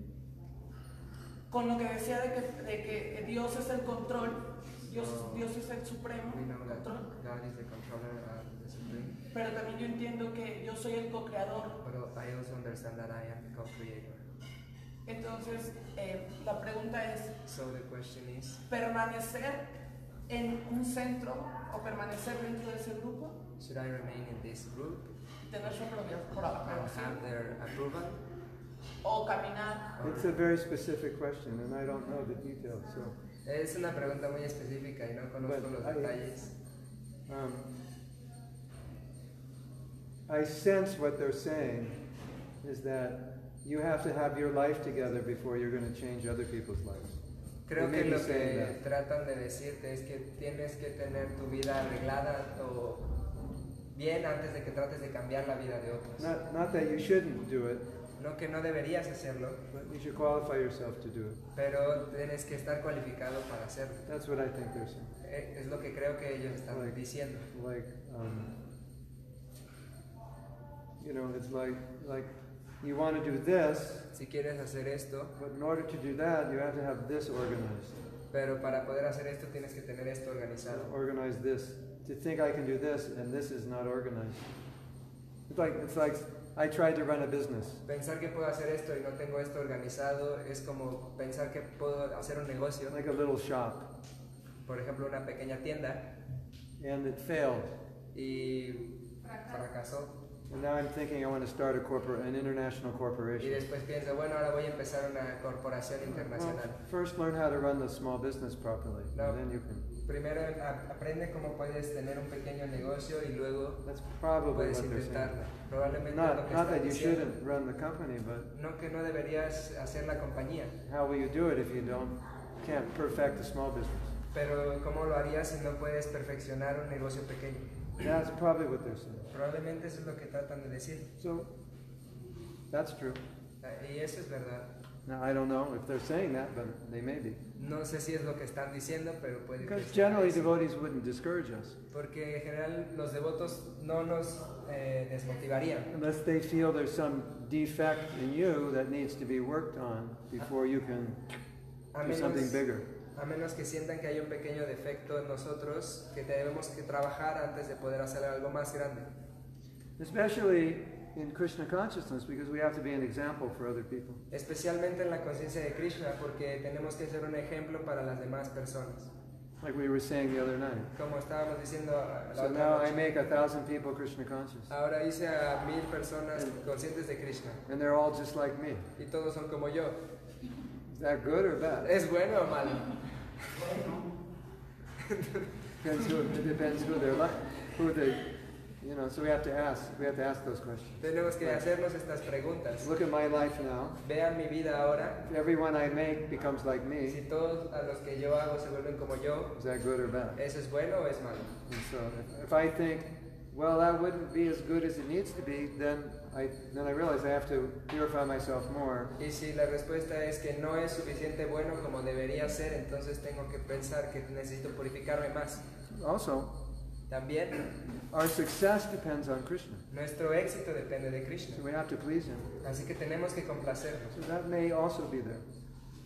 S4: con lo que decía de que, de que Dios es el control Dios,
S5: So,
S4: Dios es el supremo
S5: We know that
S4: control
S5: God is the controller and the supreme,
S4: pero también yo entiendo que yo soy el co-creador
S5: but I also understand that I am the co-creator.
S4: entonces eh, la pregunta es
S5: So the question is,
S4: permanecer en un centro o permanecer dentro de ese grupo
S5: should I remain in this group
S4: y tener su propia
S5: and
S4: aprobación
S5: have their approval?
S4: o caminar
S5: Or-
S1: It's a very specific question, and I don't know the details, so.
S5: Es una pregunta muy específica y no conozco
S1: But
S5: los
S1: I-
S5: detalles.
S1: um, I sense what they're saying is that you have to have your life together before you're going to change other people's lives.
S2: Creo
S1: They
S2: que
S1: may
S2: lo
S1: be saying
S2: que
S1: that.
S2: tratan de decirte es que tienes que tener tu vida arreglada o bien antes de que trates de cambiar la vida de otros.
S1: Not, not that you shouldn't do it,
S2: No que no deberías hacerlo,
S1: but you should qualify yourself to do it.
S2: pero tienes que estar cualificado para hacerlo.
S1: That's what I think they're saying.
S2: Eh, Es lo que creo que ellos están
S1: Right.
S2: diciendo.
S1: Like, um, you know, it's like, like you want to do this,
S2: Si quieres hacer esto,
S1: but in order to do that, you have to have this organized.
S2: pero para poder hacer esto tienes que tener esto organizado.
S1: organize this to think I can do this and this is not organized. It's like it's like I tried to run a business.
S2: Pensar que puedo hacer esto y no tengo esto organizado es como pensar que puedo hacer un negocio,
S1: Like a little shop
S2: por ejemplo una pequeña tienda,
S1: and it failed.
S2: y fracasó.
S1: And now I'm thinking I want to start a corporate an international
S2: Y
S1: corporation.
S2: después pienso, bueno, ahora voy a empezar una corporación
S1: Well,
S2: internacional.
S1: first learn how to run the small business properly.
S2: No.
S1: And then you can
S2: Primero a- aprende cómo puedes tener un pequeño negocio y luego
S1: that's probably
S2: puedes
S1: what they're
S2: intentarlo.
S1: saying.
S2: Probablemente lo
S1: Not
S2: que
S1: not
S2: están
S1: that you
S2: diciendo-
S1: shouldn't run the company, but
S2: No que no deberías hacer la compañía,
S1: how will you do it if you don't can't perfect a small business?
S2: pero ¿cómo lo harías si no puedes perfeccionar un negocio pequeño?
S1: That's probably what they're saying.
S2: Probablemente eso es lo que tratan de decir.
S1: So that's true.
S2: Eh, Y eso es verdad.
S1: Now, I don't know if they're saying that, but they may be.
S2: No sé si es lo que están diciendo, pero puede que
S1: Because
S2: sea
S1: generally
S2: eso.
S1: devotees wouldn't discourage us
S2: Porque en general los devotos no nos eh, desmotivarían.
S1: unless they feel there's some defect in you that needs to be worked on before you can
S2: A
S1: do something
S2: menos,
S1: bigger.
S2: a menos que sientan que hay un pequeño defecto en nosotros que debemos que trabajar antes de poder hacer algo más grande.
S1: Especially in Krishna consciousness, because we have to be an example for other people.
S2: Especialmente en la conciencia de Krishna, porque tenemos que ser un ejemplo para las demás personas.
S1: Like we were saying the other night.
S2: Como estábamos diciendo la
S1: So
S2: otra
S1: now I
S2: noche,
S1: make a thousand people Krishna conscious,
S2: ahora hice a mil personas conscientes de Krishna
S1: and they're all just like me.
S2: y todos son como yo.
S1: Is that good or bad?
S2: ¿Es bueno o malo?
S1: Depends who, it depends who they're like, who they, you know. So we have to ask. We have to ask those questions.
S2: Tenemos que hacernos estas preguntas.
S1: Look at my life now.
S2: Vean mi vida ahora.
S1: If everyone I make becomes like me,
S2: Si todos a los que yo hago se vuelven como yo,
S1: is that good or bad?
S2: ¿eso es bueno o es malo?
S1: And so if I think well, that wouldn't be as good as it needs to be, then I, then I realize I have to purify myself more.
S5: Y si la respuesta es que no es suficiente bueno como debería ser, entonces tengo que pensar que necesito purificarme más.
S1: Also,
S5: También
S1: our success depends on Krishna,
S2: Nuestro éxito depende de Krishna,
S1: so we have to please him.
S2: así que tenemos que complacerlo.
S1: So that may also be there.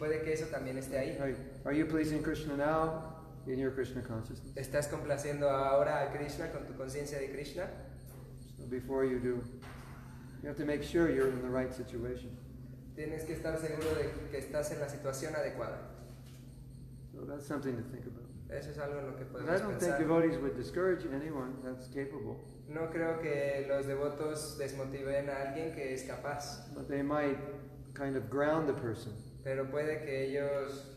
S2: Puede que eso también esté ahí.
S1: Are, are you pleasing Krishna now in your Krishna consciousness?
S2: ¿Estás complaciendo ahora a Krishna con tu conciencia de Krishna?
S1: So before you do, you have to make sure you're in the right situation.
S2: Tienes que estar seguro de que estás en la situación adecuada.
S1: So that's something to think about.
S2: Eso es algo en lo que
S1: But I
S2: podemos
S1: don't think
S2: pensar.
S1: devotees would discourage anyone that's capable,
S2: No creo que los devotos desmotiven a alguien que es capaz,
S1: but they might kind of ground the person.
S2: pero puede que ellos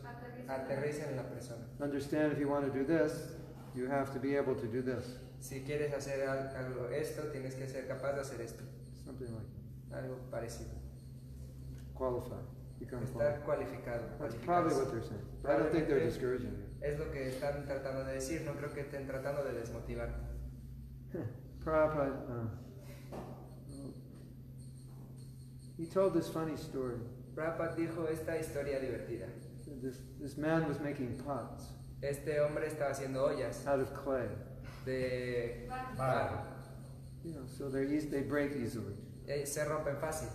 S2: aterricen en la persona.
S1: Understand if you want to do this, you have to be able to do this.
S2: Si quieres hacer al- algo esto, tienes que ser capaz de hacer esto.
S1: Something like that.
S2: Algo parecido.
S1: Qualify. Become qualified.
S2: Estar cualificado.
S1: That's probably
S2: cualificarse.
S1: what they're saying. But I don't think they're discouraging you.
S2: Es lo que están tratando de decir, no creo que estén tratando de desmotivar.
S1: Prabhupada, uh, he told this funny story.
S2: Prabhupada dijo esta historia divertida.
S1: This, this man was making pots
S2: Este hombre estaba haciendo ollas
S1: out of clay.
S2: de
S3: Barro.
S2: barro.
S1: You know, so they're eas- they break easily.
S2: Eh, se rompen fácil.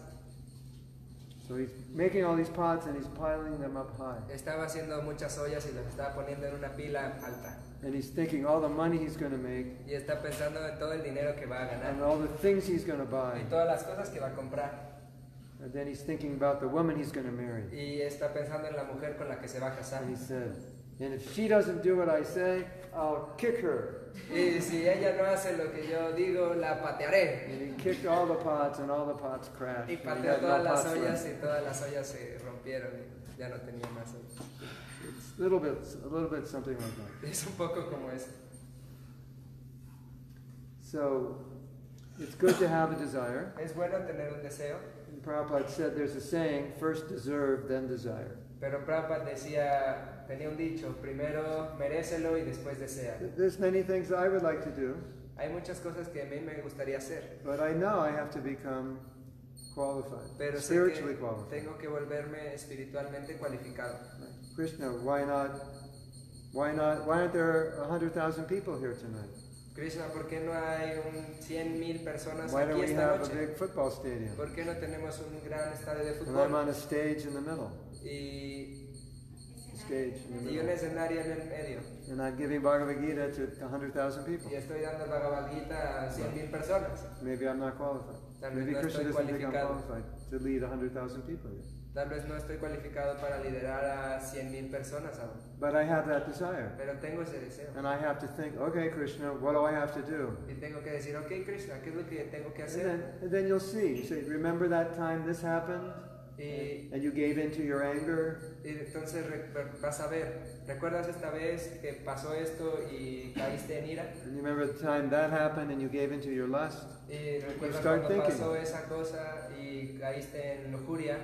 S1: So he's making all these pots and he's piling them up high.
S2: Estaba haciendo muchas ollas y las estaba poniendo en una pila alta.
S1: And he's thinking all the money he's going to make
S2: Y está pensando en todo el dinero que va a
S1: and
S2: ganar
S1: all the things he's going to buy.
S2: y todas las cosas que va a comprar.
S1: And then he's thinking about the woman he's going to marry.
S2: Y está pensando en la mujer con la que se va a casar.
S1: And he said, And if she doesn't do what I say, I'll kick her.
S2: Y si ella no hace lo que yo digo, la patearé.
S1: And he kicked all the pots and all the pots crashed.
S2: Y
S1: and he
S2: pateó
S1: had no
S2: todas las
S1: pots left.
S2: ollas y todas las ollas se rompieron y ya no tenía más ollas.
S1: It's a little bit, a little bit something like that.
S2: (laughs) Es un poco como eso.
S1: So it's good to have a desire.
S2: Es bueno tener un deseo,
S1: And Prabhupada said there's a saying, first deserve, then desire.
S2: pero Prabhupada decía, tenía un dicho, primero merécelo y después desea.
S1: There's many things I would like to do,
S2: Hay muchas cosas que a mí me gustaría hacer,
S1: but I know I have to become qualified,
S2: pero sé
S1: spiritually
S2: que
S1: qualified.
S2: tengo que volverme espiritualmente cualificado.
S1: Like, Krishna, why not? Why not? Why aren't there a hundred thousand people here tonight?
S2: Krishna, ¿por qué no hay un 100 mil personas
S1: Why
S2: aquí
S1: don't we
S2: esta
S1: have a
S2: noche?
S1: big football stadium?
S2: ¿Por qué no tenemos un gran estadio de
S1: And I'm
S2: fútbol
S1: on a stage in the middle,
S2: y,
S1: a stage in the
S2: y un
S1: middle,
S2: escenario en el medio?
S1: and I'm giving Bhagavad Gita to a hundred thousand people.
S2: Y estoy dando el Bhagavad Gita a 100 mil personas.
S1: Maybe I'm not qualified.
S2: Tal vez
S1: Maybe
S2: no
S1: Krishna
S2: estoy
S1: doesn't think I'm
S2: cualificado.
S1: qualified to lead 100,000 people here.
S2: Tal vez no estoy cualificado para liderar a 100 mil personas aún,
S1: But I have that desire.
S2: pero tengo ese deseo.
S1: And I have to think, okay, Krishna, what do I have to do?
S2: Y tengo que decir, ok Krishna, ¿qué es lo que tengo que
S1: And
S2: hacer?
S1: then, and then you'll see. You say, remember that time this happened?
S2: Y,
S1: And you gave in to your anger?
S2: y entonces re- re- vas a ver, ¿recuerdas esta vez que pasó esto y caíste en ira?
S1: And you remember the time that happened and you gave in to your lust?
S2: Y recuerdas
S1: start
S2: cuando
S1: thinking.
S2: pasó esa cosa y caíste en lujuria.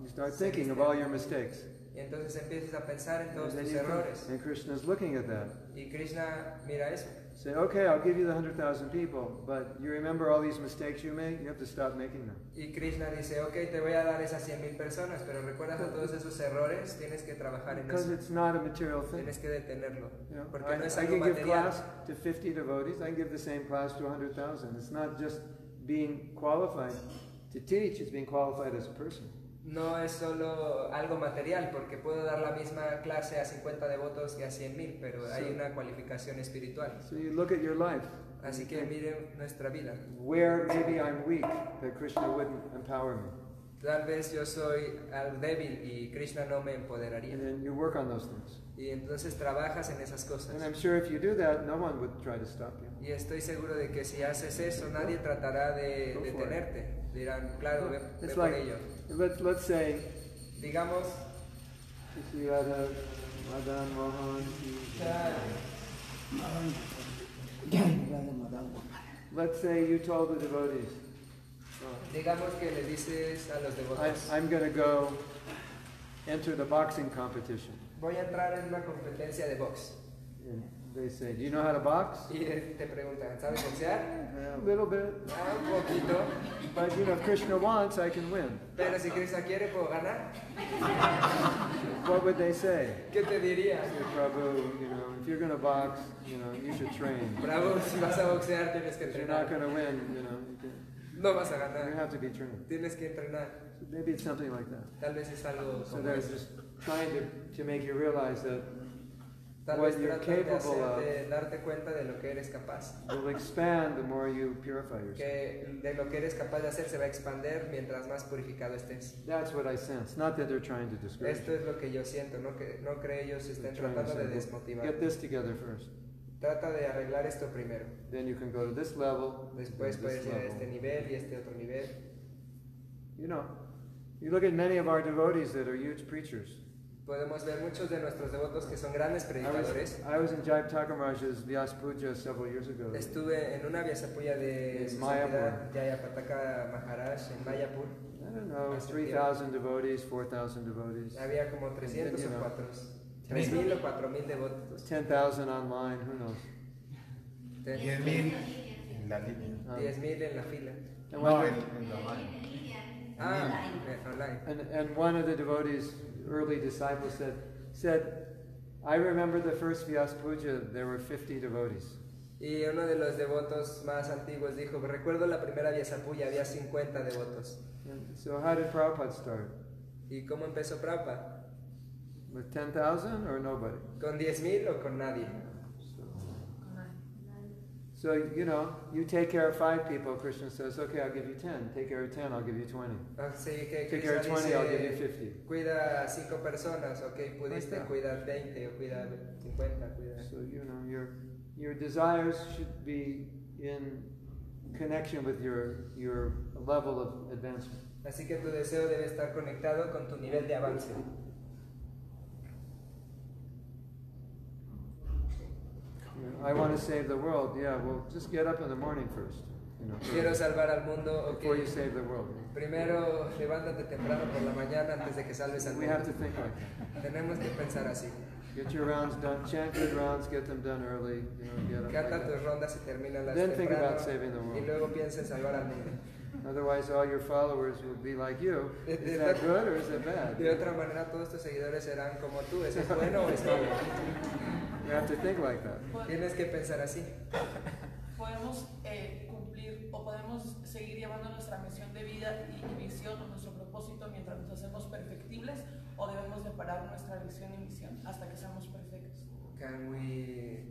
S1: You start thinking of all your mistakes.
S2: Y entonces empiezas a pensar en
S1: And,
S2: todos
S1: then
S2: tus
S1: you think-
S2: errores.
S1: and Krishna's looking at that.
S2: Y Krishna mira eso.
S1: Say, okay, I'll give you the 100,000 people, but you remember all these mistakes you made? You have to stop making them.
S2: Y Krishna dice, ok, te voy a dar esas 100.000 personas, pero recuerdas a todos esos errores, tienes que trabajar en
S1: Because
S2: eso.
S1: it's not a material thing.
S2: Tienes que detenerlo.
S1: You know,
S2: Porque
S1: I,
S2: no es
S1: I
S2: algo
S1: can give
S2: material.
S1: class to 50 devotees. I can give the same class to 100,000. It's not just being qualified to teach, it's being qualified as a person.
S2: No es solo algo material, porque puedo dar la misma clase a 50 devotos que a 100.000, pero hay
S1: Sí.
S2: una cualificación espiritual.
S1: So you look at your life. and you
S2: Así que
S1: think,
S2: miren nuestra vida.
S1: Where maybe I'm weak, that Krishna wouldn't empower me.
S2: Tal vez yo soy algo débil y Krishna no me empoderaría.
S1: And then you work on those things.
S2: Y entonces trabajas en esas
S1: And
S2: cosas.
S1: I'm sure if you do that, no one would try to stop you.
S2: Y estoy seguro de que si haces eso, nadie tratará de detenerte. Dirán, claro, ve, ve
S1: It's
S2: por
S1: like,
S2: ello.
S1: let's, let's say,
S2: Digamos,
S1: if you had a Madan Mohan, let's say you told the devotees, "Oh,
S2: digamos que le dices a los
S1: I,
S2: devotos,
S1: I'm going to go enter the boxing competition.
S2: voy a entrar en una competencia de box.
S1: And They say, Do you know how to box?
S2: Y eh, te preguntan, ¿sabes boxear?
S1: "Eh, a little bit.
S2: Ah, un poquito.
S1: But you know, if Krishna wants, I can win.
S2: Pero si Krishna quiere, puedo ganar.
S1: What would they say?
S2: ¿Qué te diría?
S1: Say, Prabhu, you know, if you're going to box, you know, you should train.
S2: Bravo, si vas a boxear, tienes que
S1: If you're not
S2: entrenar.
S1: going to win, you know, you can-
S2: No vas a
S1: you
S2: ganar.
S1: have to be trained.
S2: Tienes que entrenar.
S1: So maybe it's something like that.
S2: Tal vez es algo
S1: So
S2: como
S1: they're
S2: eso.
S1: just trying to, to make you realize that
S2: Tal
S1: what
S2: vez
S1: you're
S2: tratan de,
S1: capable
S2: hacer-
S1: of.
S2: de darte cuenta de lo que eres capaz.
S1: will expand the more you purify yourself.
S2: Que de lo que eres capaz de hacer se va a expandir mientras más purificado estés.
S1: That's what I sense. Not that they're trying to discourage
S2: Esto es lo que yo siento, no, que, no creo ellos
S1: you. They're
S2: estén
S1: trying to
S2: tratando de
S1: say, "Well,
S2: desmotivar.
S1: Get this together first.
S2: Trata de arreglar esto primero.
S1: Then you can go to this level. then
S2: Después puedes
S1: this
S2: ir a
S1: level.
S2: este nivel y a este otro nivel.
S1: You know, you look at many of our devotees that are huge preachers.
S2: Podemos ver muchos de nuestros devotos que son grandes
S1: I was,
S2: predicadores.
S1: I was in Jaip Thakurmaraj's Vyas Puja several years ago.
S2: Estuve en una viasapuya de
S1: En
S2: su
S1: Mayapur.
S2: santidad, Yayapataka Maharaj en Mayapur.
S1: I don't know, 3,000 devotees, 4,000 devotees,
S2: Había como 300
S1: You
S2: o
S1: know.
S2: 4, 3000 o 4000 devotos.
S1: 10,000 online, who knows?
S6: 10.000 en la línea.
S1: Um,
S2: 10.000 Ah. en la fila.
S1: and,
S6: No, en,
S1: one,
S6: en la mano.
S2: Ah, eh, online.
S1: and, and one of the devotees, early disciples, said, said, I remember the first Vyas Puja, there were 50 devotees.
S2: Y uno de los devotos más antiguos dijo, recuerdo la primera viasapuya, había 50 devotos.
S1: And so how did Prabhupada start?
S2: ¿Y cómo empezó Prabhupada?
S1: With 10,000 or nobody?
S2: ¿Con 10.000 o con nadie?
S1: So, you know, you take care of five people, Krishna says, okay, I'll give you 10. Take care of 10, I'll give you 20.
S2: Así Ah, que
S1: Take care of
S2: Krishna
S1: 20, I'll give you
S2: dice,
S1: 50.
S2: cuida a 5 personas, ok, pudiste
S1: Ahí está.
S2: cuidar 20 o cuidar 50, cuida...
S1: So, you know, your, your desires should be in connection with your, your level of advancement.
S2: Así que tu deseo debe estar conectado con tu nivel de avance.
S1: You know, I want to save the world. Yeah, well, just get up in the morning first. You know,
S2: Quiero salvar al mundo,
S1: before you
S2: ok.
S1: save the world.
S2: Primero levántate temprano por la mañana antes de que salves al
S1: We have
S2: mundo.
S1: to think like that.
S2: Tenemos que pensar así.
S1: Get your rounds done, chant good rounds, get them done early. You know, get up.
S2: Canta tus rondas y termina las
S1: Then think
S2: temprano
S1: about saving the world.
S2: y luego piensa en salvar al mundo.
S1: Otherwise, all your followers will be like you. Is that good or is it bad?
S2: De otra manera todos tus seguidores serán como tú, ¿eso es bueno o es malo?
S1: (laughs) You have to think like that.
S4: Po-
S2: Tienes que pensar así.
S4: Podemos eh, cumplir o podemos seguir llevando nuestra misión de vida y y visión o nuestro propósito mientras nos hacemos perfectibles o debemos de parar nuestra visión y misión hasta que seamos perfectos.
S2: Can we...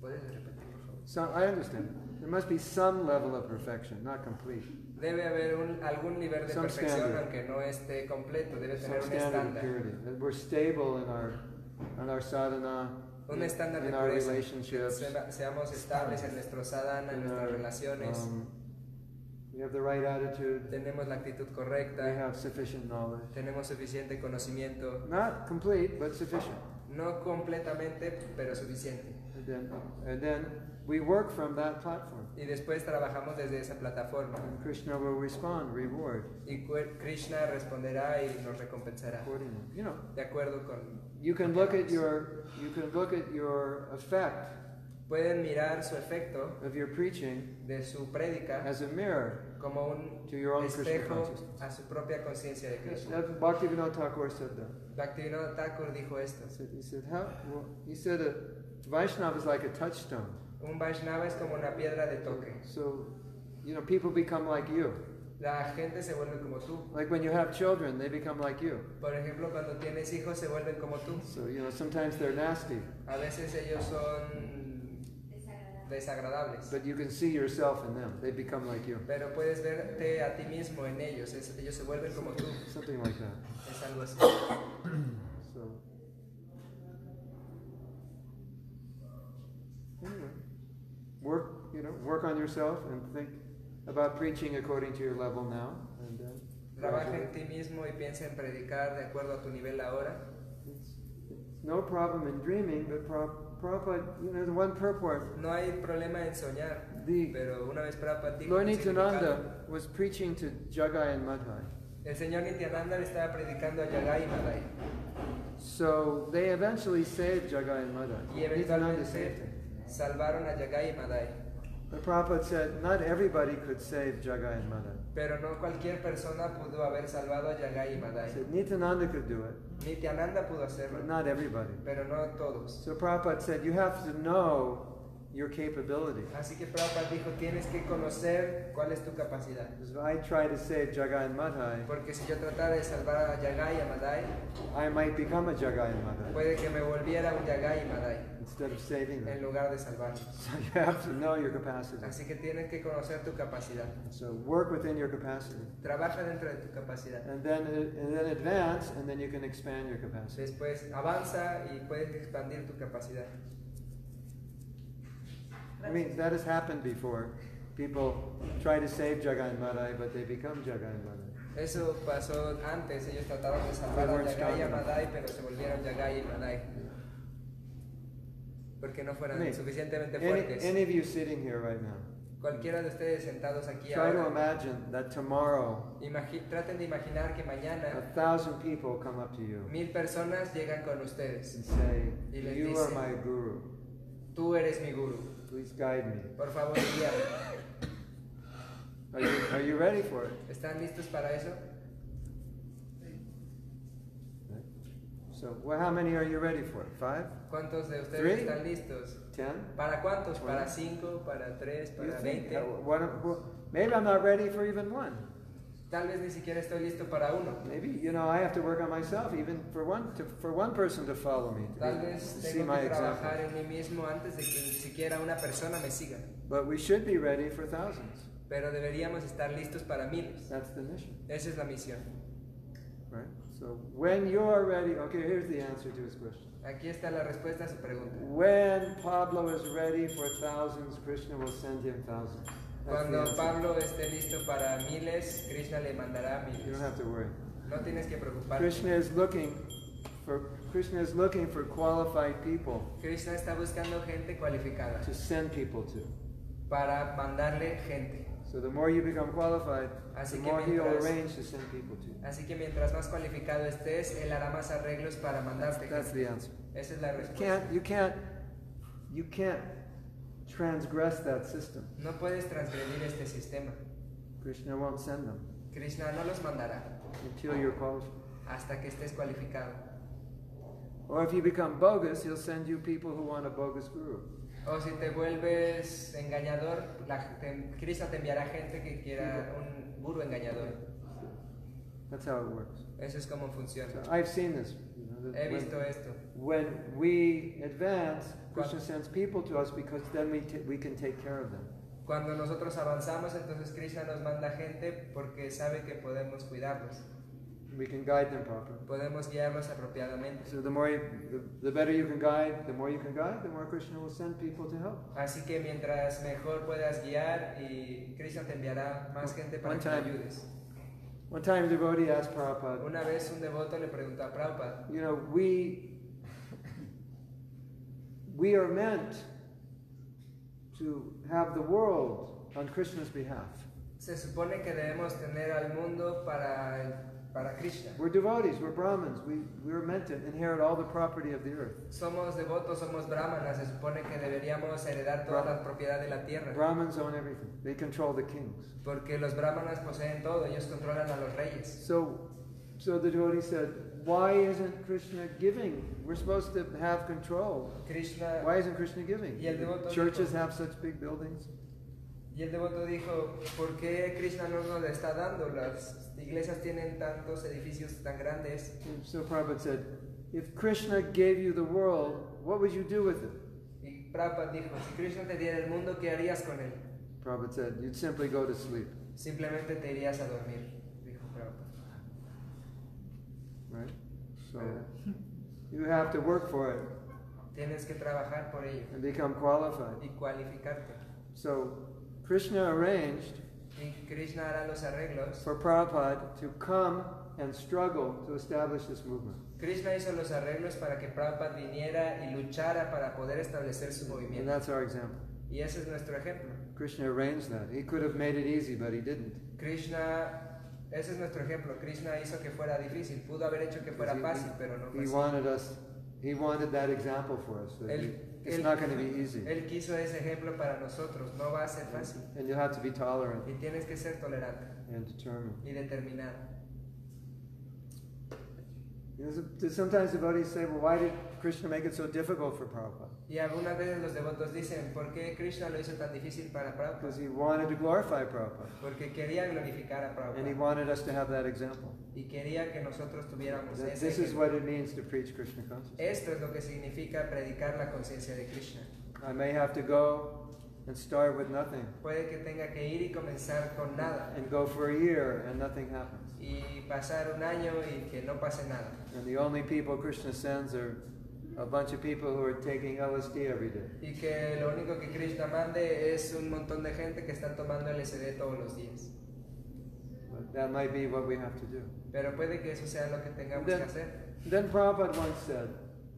S2: ¿Puedes repetir, por favor?
S1: So I understand. There must be some level of perfection, not complete.
S2: Debe haber un- algún nivel de
S1: Some
S2: perfección,
S1: standard.
S2: aunque no esté completo, debe
S1: Some
S2: tener un
S1: standard of
S2: estándar.
S1: purity. That we're stable in our in our sadhana,
S2: Un estándar de
S1: in our
S2: pureza.
S1: relationships.
S2: Sema- Seamos estables en nuestro sadhana, en
S1: in
S2: nuestras
S1: our,
S2: relaciones,
S1: um, we have the right attitude.
S2: tenemos la actitud
S1: We
S2: correcta,
S1: have sufficient knowledge.
S2: tenemos suficiente conocimiento,
S1: Not complete, but sufficient.
S2: no completamente, pero suficiente.
S1: And then, and then we work from that platform.
S2: Y después trabajamos desde esa plataforma
S1: And Krishna will respond, reward
S2: y Ku- Krishna responderá y nos recompensará,
S1: accordingly. You know,
S2: de acuerdo con...
S1: You can look at your you can look at your effect
S2: Pueden mirar su efecto
S1: of your preaching
S2: de su prédica
S1: as a mirror
S2: como un
S1: to your own Krishna
S2: espejo
S1: consciousness.
S2: a su propia conciencia de Krishna.
S1: That- Bhaktivinoda Thakur said that.
S2: Bhaktivinoda Thakur dijo esto.
S1: He said, he said, how, well, he said a Vaishnava is like a touchstone.
S2: Un Vaishnava es como una piedra de toque.
S1: So, you know, people become like you.
S2: La gente se vuelve como tú.
S1: Like when you have children, they become like you.
S2: Por ejemplo, cuando tienes hijos se vuelven como tú.
S1: So, you know, sometimes they're nasty,
S2: A veces ellos son desagradables,
S1: but you can see yourself in them. They become like you.
S2: pero puedes verte a ti mismo en ellos. Es- ellos se vuelven como tú.
S1: Something like that.
S2: Es algo así.
S1: So. Anyway, work, you know, work on yourself and think about preaching according to your level now. And uh,
S2: Trabaja en
S1: gradually.
S2: ti mismo y piensa en predicar de acuerdo a tu nivel ahora.
S1: it's, it's no problem in dreaming, but Prab- Prabhupada, you know, the one purport,
S2: No hay problema en soñar,
S1: the
S2: pero una vez Prabhupada dijo
S1: Lord
S2: un significado.
S1: Nityananda was preaching to Jagai and Madhai.
S2: El señor Nityananda le estaba predicando a Yagai y Madai.
S1: So they eventually saved Jagai and Madai.
S2: Y
S1: Nityananda saved
S2: eventualmente
S1: him.
S2: salvaron a Yagai y Madai.
S1: The Prabhupada said, not everybody could save Jagai and Madai.
S2: Pero no cualquier persona pudo haber salvado a Yagai y
S1: He
S2: Madai.
S1: said Nityananda could do it,
S2: Nityananda pudo hacerlo,
S1: but not everybody.
S2: pero no todos.
S1: So Prabhupada said, you have to know your capability.
S2: Así que Prabhupada dijo, tienes que conocer cuál es tu capacidad.
S1: Because if I try to save Jagai and Madai,
S2: Porque si yo tratara de salvar a Yagai y a Madai,
S1: I might become a Jagai and Madai
S2: puede que me volviera un Yagai y Madai
S1: instead of saving
S2: en
S1: them.
S2: lugar de salvarlos.
S1: So you have to know your capacity.
S2: Así que tienes que conocer tu capacidad.
S1: So work within your capacity.
S2: Trabaja dentro de tu capacidad.
S1: And then, and then advance, and then you can expand your capacity.
S2: Después avanza y puedes expandir tu capacidad.
S1: I mean, that has happened before. People try to save Jagai and Madai, but they become Jagai and Madai.
S2: Eso pasó antes, ellos trataron de salvar a Yagai y a Madai, pero se volvieron Yagai y Madai. Porque no fueran
S1: Mira,
S2: suficientemente
S1: Any,
S2: fuertes.
S1: any of you sitting here right now,
S2: Cualquiera de ustedes sentados aquí
S1: try to
S2: ahora,
S1: imagine that tomorrow
S2: imagi- traten de imaginar que
S1: a
S2: mañana
S1: thousand people come up to you
S2: mil personas llegan con ustedes.
S1: and say,
S2: Y les
S1: You are
S2: dice,
S1: my guru.
S2: Tú eres mi guru,
S1: Please guide me.
S2: por favor guíame.
S1: Are you, are you ready for it?
S2: ¿Están listos para eso?
S1: So, well, how many are you ready for? it? Five?
S2: ¿Cuántos de ustedes
S1: Three.
S2: están listos?
S1: Ten?
S2: ¿Para cuántos? ¿Para cinco? ¿Para tres?
S1: You
S2: ¿Para
S1: think?
S2: veinte?
S1: uh, what- who- maybe I'm not ready for even one.
S2: Tal vez ni siquiera estoy listo para uno.
S1: Maybe you know I have to work on myself, even for one to, for one person to follow me, to,
S2: Tal
S1: be- to
S2: vez
S1: see
S2: tengo
S1: my
S2: que
S1: example.
S2: trabajar en mí mismo antes de que ni siquiera una persona me siga.
S1: But we should be ready for thousands.
S2: Pero deberíamos estar listos para miles.
S1: That's the mission,
S2: Esa es la misión.
S1: right? So when you're ready, okay, here's the answer to his question.
S2: Aquí está la respuesta a su pregunta.
S1: When Pablo is ready for thousands, Krishna will send him thousands. That's the
S2: Cuando
S1: answer.
S2: Pablo esté listo para miles, Krishna le mandará
S1: You
S2: miles.
S1: don't have to worry.
S2: No tienes que preocuparte.
S1: Krishna is looking for Krishna is looking for qualified people
S2: Krishna está buscando gente cualificada
S1: to send people to.
S2: para mandarle gente.
S1: So the more you become qualified, the
S2: Así que
S1: more he'll
S2: mientras-
S1: arrange to send people to. you.
S2: Así que mientras más cualificado estés, él hará más arreglos para mandarte
S1: That's
S2: gente.
S1: the answer.
S2: Esa es la
S1: You
S2: respuesta.
S1: can't you can't you can't transgress that system.
S2: No puedes transgredir este sistema.
S1: Krishna won't send them
S2: Krishna no los mandará
S1: until you're qualified.
S2: hasta que estés cualificado.
S1: Or if you become bogus, he'll send you people who want a bogus guru.
S2: O si te vuelves engañador, la- te- Krishna te enviará gente que quiera un guru engañador.
S1: That's how it works.
S2: Eso es como
S1: So
S2: funciona.
S1: I've seen this. You know, that
S2: He
S1: when-
S2: visto esto.
S1: When we advance, Krishna
S2: Cuando-
S1: sends people to us because then we, ta- we can take care of them.
S2: Cuando nosotros avanzamos, entonces Krishna nos manda gente porque sabe que podemos cuidarlos,
S1: We can guide them properly.
S2: podemos guiarlos apropiadamente.
S1: So the more, you, the, the better you can guide, the more you can guide, the more Krishna will send people to help.
S2: Así que mientras mejor puedas guiar y Krishna te enviará más gente para
S1: One
S2: que te
S1: time.
S2: ayudes.
S1: One time, a devotee asked Prabhupada,
S2: Una vez un devoto le preguntó a Prabhupada,
S1: you know, we, we are meant to have the world on Krishna's behalf.
S2: Se supone que debemos tener al mundo para, para Krishna.
S1: We're devotees, we're Brahmins, we, we're meant to inherit all the property of the earth.
S2: Somos devotos, somos brahmanas, se supone que deberíamos heredar toda la propiedad de la tierra.
S1: Brahmins own everything, they control the kings.
S2: Porque los brahmanas poseen todo, ellos controlan a los reyes.
S1: So, so the devotee said, why isn't Krishna giving? We're supposed to have control.
S2: Krishna,
S1: Why isn't Krishna giving?
S2: Y el devoto
S1: Churches
S2: dijo-
S1: have such big buildings.
S2: y el devoto dijo, ¿por qué Krishna no nos la está dando? Las iglesias tienen tantos edificios tan grandes.
S1: So Prabhupada said, if Krishna gave you the world, what would you do with it?
S2: Y Prabhupada dijo, si Krishna te diera el mundo, ¿qué harías con él?
S1: Prabhupada said, you'd simply go to sleep,
S2: Simplemente te irías a dormir, dijo Prabhupada.
S1: right? So you have to work for it
S2: Tienes que trabajar por ello
S1: and become qualified.
S2: y cualificarte.
S1: So Krishna arranged
S2: Y Krishna hará los arreglos.
S1: for Prabhupada to come and struggle to establish this movement.
S2: Krishna hizo los arreglos para que Prabhupada viniera y luchara para poder establecer su
S1: And
S2: movimiento.
S1: that's our example.
S2: Y ese es nuestro ejemplo.
S1: Krishna arranged that. He could have made it easy, but he didn't.
S2: Krishna Ese es nuestro ejemplo. Krishna hizo que fuera difícil, pudo haber hecho que fuera fácil, pero no
S1: He
S2: fue así.
S1: wanted us, he wanted that example for us. that
S2: Él,
S1: It's
S2: él-
S1: not going to be easy.
S2: él quiso ese ejemplo para nosotros, no va a ser fácil.
S1: And you have to be tolerant
S2: Y tienes que ser tolerante
S1: and determined.
S2: y determinado.
S1: You know, so- sometimes devotees say, well, why did Krishna make it so difficult for Prabhupada?
S2: Y algunas veces los devotos dicen, ¿por qué Krishna lo hizo tan difícil para
S1: Because
S2: Prabhupada?
S1: he wanted to glorify Prabhupada.
S2: Porque quería glorificar a
S1: And he
S2: Prabhupada
S1: wanted us to have that example.
S2: y quería que nosotros tuviéramos
S1: That
S2: ese
S1: this Eh. is
S2: ejemplo.
S1: what it means to preach Krishna consciousness.
S2: Esto es lo que significa predicar la conciencia de Krishna.
S1: I may have to go and start with nothing
S2: Puede que tenga que ir y comenzar con nada
S1: and go for a year and nothing happens.
S2: y pasar un año y que no pase nada.
S1: And the only people Krishna sends are a bunch of people who are taking LSD every day.
S2: Y que lo único que Krishna mande es un montón de gente que está tomando LSD todos los días.
S1: But that might be what we have to do.
S2: Pero puede que eso sea lo que tengamos que
S1: Then,
S2: hacer.
S1: then Prabhupada once said,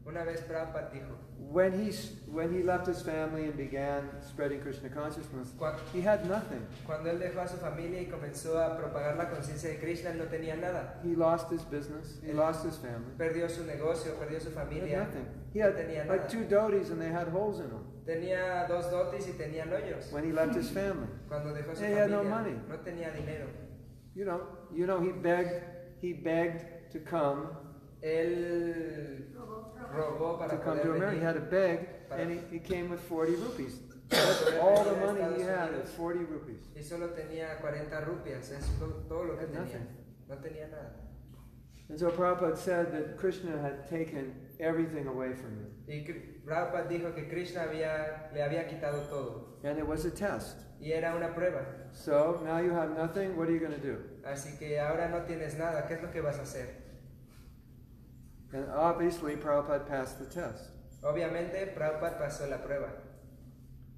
S2: Una vez Prabhupada dijo,
S1: when he, s- when he left his family and began spreading Krishna consciousness,
S2: "Cua-
S1: he had nothing.
S2: cuando él dejó a su familia y comenzó a propagar la conciencia de Krishna, él no tenía nada.
S1: He lost his business, he lost his family.
S2: Perdió su negocio, perdió su
S1: He had
S2: familia.
S1: nothing. He
S2: No
S1: had
S2: tenía
S1: like
S2: nada.
S1: two doties and they had holes in them
S2: Tenía dos dotis y tenían hoyos.
S1: when he left his family.
S2: Cuando dejó a su
S1: He had no
S2: familia,
S1: money.
S2: no tenía dinero.
S1: You know, you know, he begged, he begged to come,
S2: Él robó
S1: to
S2: para
S1: come to
S2: poder
S1: America. He
S2: venir.
S1: had to beg, and he, he came with 40 (coughs) rupees. That's all the money he had was 40 rupees.
S2: Y solo tenía 40 rupias, es to- todo lo que
S1: Had
S2: tenía.
S1: nothing.
S2: No tenía nada.
S1: And so Prabhupada said that Krishna had taken everything away from him.
S2: Y Kri- Prabhupada dijo que Krishna había, le había quitado todo.
S1: And it was a test.
S2: Y era una prueba.
S1: So now you have nothing, what are you going to do?
S2: Así que ahora no tienes nada, ¿qué es lo que vas a hacer?
S1: And obviously Prabhupada passed the test.
S2: Obviamente Prabhupada pasó la prueba.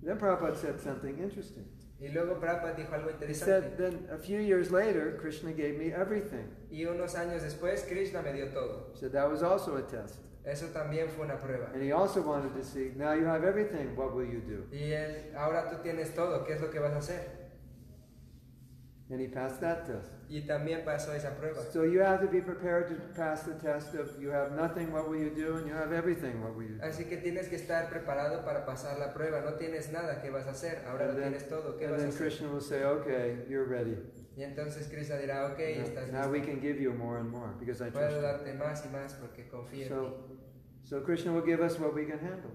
S1: Then Prabhupada said something interesting.
S2: Y luego Prabhupada dijo algo
S1: He said,
S2: interesante.
S1: then a few years later, Krishna gave me everything.
S2: Y unos años después Krishna me dio todo.
S1: He said that was also a test.
S2: Eso también fue una prueba.
S1: And he also wanted to see, now you have everything, what will you do?
S2: Y él, ahora tú tienes todo, ¿qué es lo que vas a hacer?
S1: And he passed that test.
S2: Y también pasó esa prueba.
S1: So you have to be prepared to pass the test of you have nothing, what will you do? And you have everything, what will you do?
S2: Así que tienes que estar preparado para pasar la prueba. No tienes nada, ¿qué vas a hacer? Ahora lo
S1: And then,
S2: tienes todo, ¿qué
S1: and
S2: vas a
S1: then
S2: hacer?
S1: Krishna will say, okay, you're ready.
S2: Y entonces Krishna dirá, ok, estás
S1: Now, now
S2: listo.
S1: we can give you more and more because I trust
S2: Puedo
S1: you.
S2: darte más y más porque confío en
S1: So,
S2: ti.
S1: so Krishna will give us what we can handle.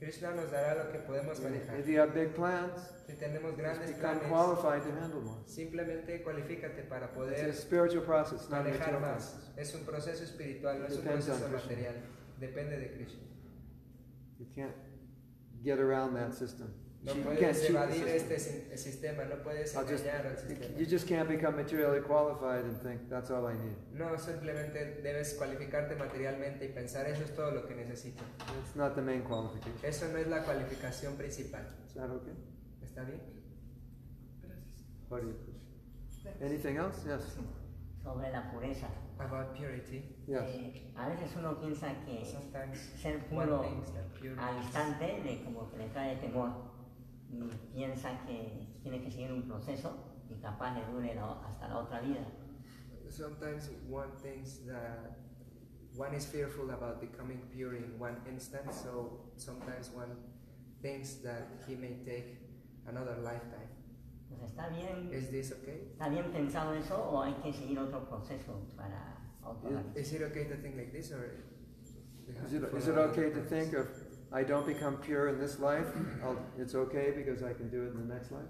S2: Krishna nos dará lo que podemos manejar.
S1: If you have big plans,
S2: Si tenemos
S1: just
S2: grandes
S1: eh, become
S2: planes,
S1: qualified to handle more.
S2: simplemente cualifícate para
S1: It's a
S2: poder
S1: spiritual process, not a
S2: manejar
S1: material process.
S2: más. Es un proceso espiritual, no
S1: It
S2: es un
S1: depends on
S2: proceso
S1: Krishna.
S2: material. Depende de Krishna.
S1: You can't get around that system.
S2: No
S1: Cheat- you can't
S2: puedes
S1: cheat the
S2: evadir
S1: system.
S2: este sin- sistema, no puedes
S1: I'll just-
S2: engañar al
S1: You
S2: sistema.
S1: just can't become materially qualified and think that's all I need.
S2: No, simplemente debes cualificarte materialmente y pensar eso es todo lo que necesito.
S1: That's not the main qualification.
S2: Eso no es la cualificación principal.
S1: Is that okay?
S2: ¿Está bien?
S1: What do you push? Anything else? Yes.
S7: sobre la pureza.
S2: About purity.
S1: Yes.
S7: Eh, a veces uno piensa que
S2: Sometimes
S7: ser
S2: one
S7: puro
S2: thinks that purity
S7: al
S2: is-
S7: instante le, como que le trae temor y piensa que tiene que seguir un proceso y capaz le dure la- hasta la otra vida.
S2: Sometimes one thinks that one is fearful about becoming pure in one instant, so sometimes one thinks that he may take another lifetime.
S7: Pues está bien,
S2: Is this okay?
S7: está bien pensado eso o hay que seguir otro proceso para otra
S2: Is it okay to think like this, or we have
S1: Is it,
S2: to
S1: is it
S2: follow
S1: okay to
S2: another
S1: think
S2: purpose?
S1: of I don't become pure in this life? I'll, it's okay because I can do it in the next life.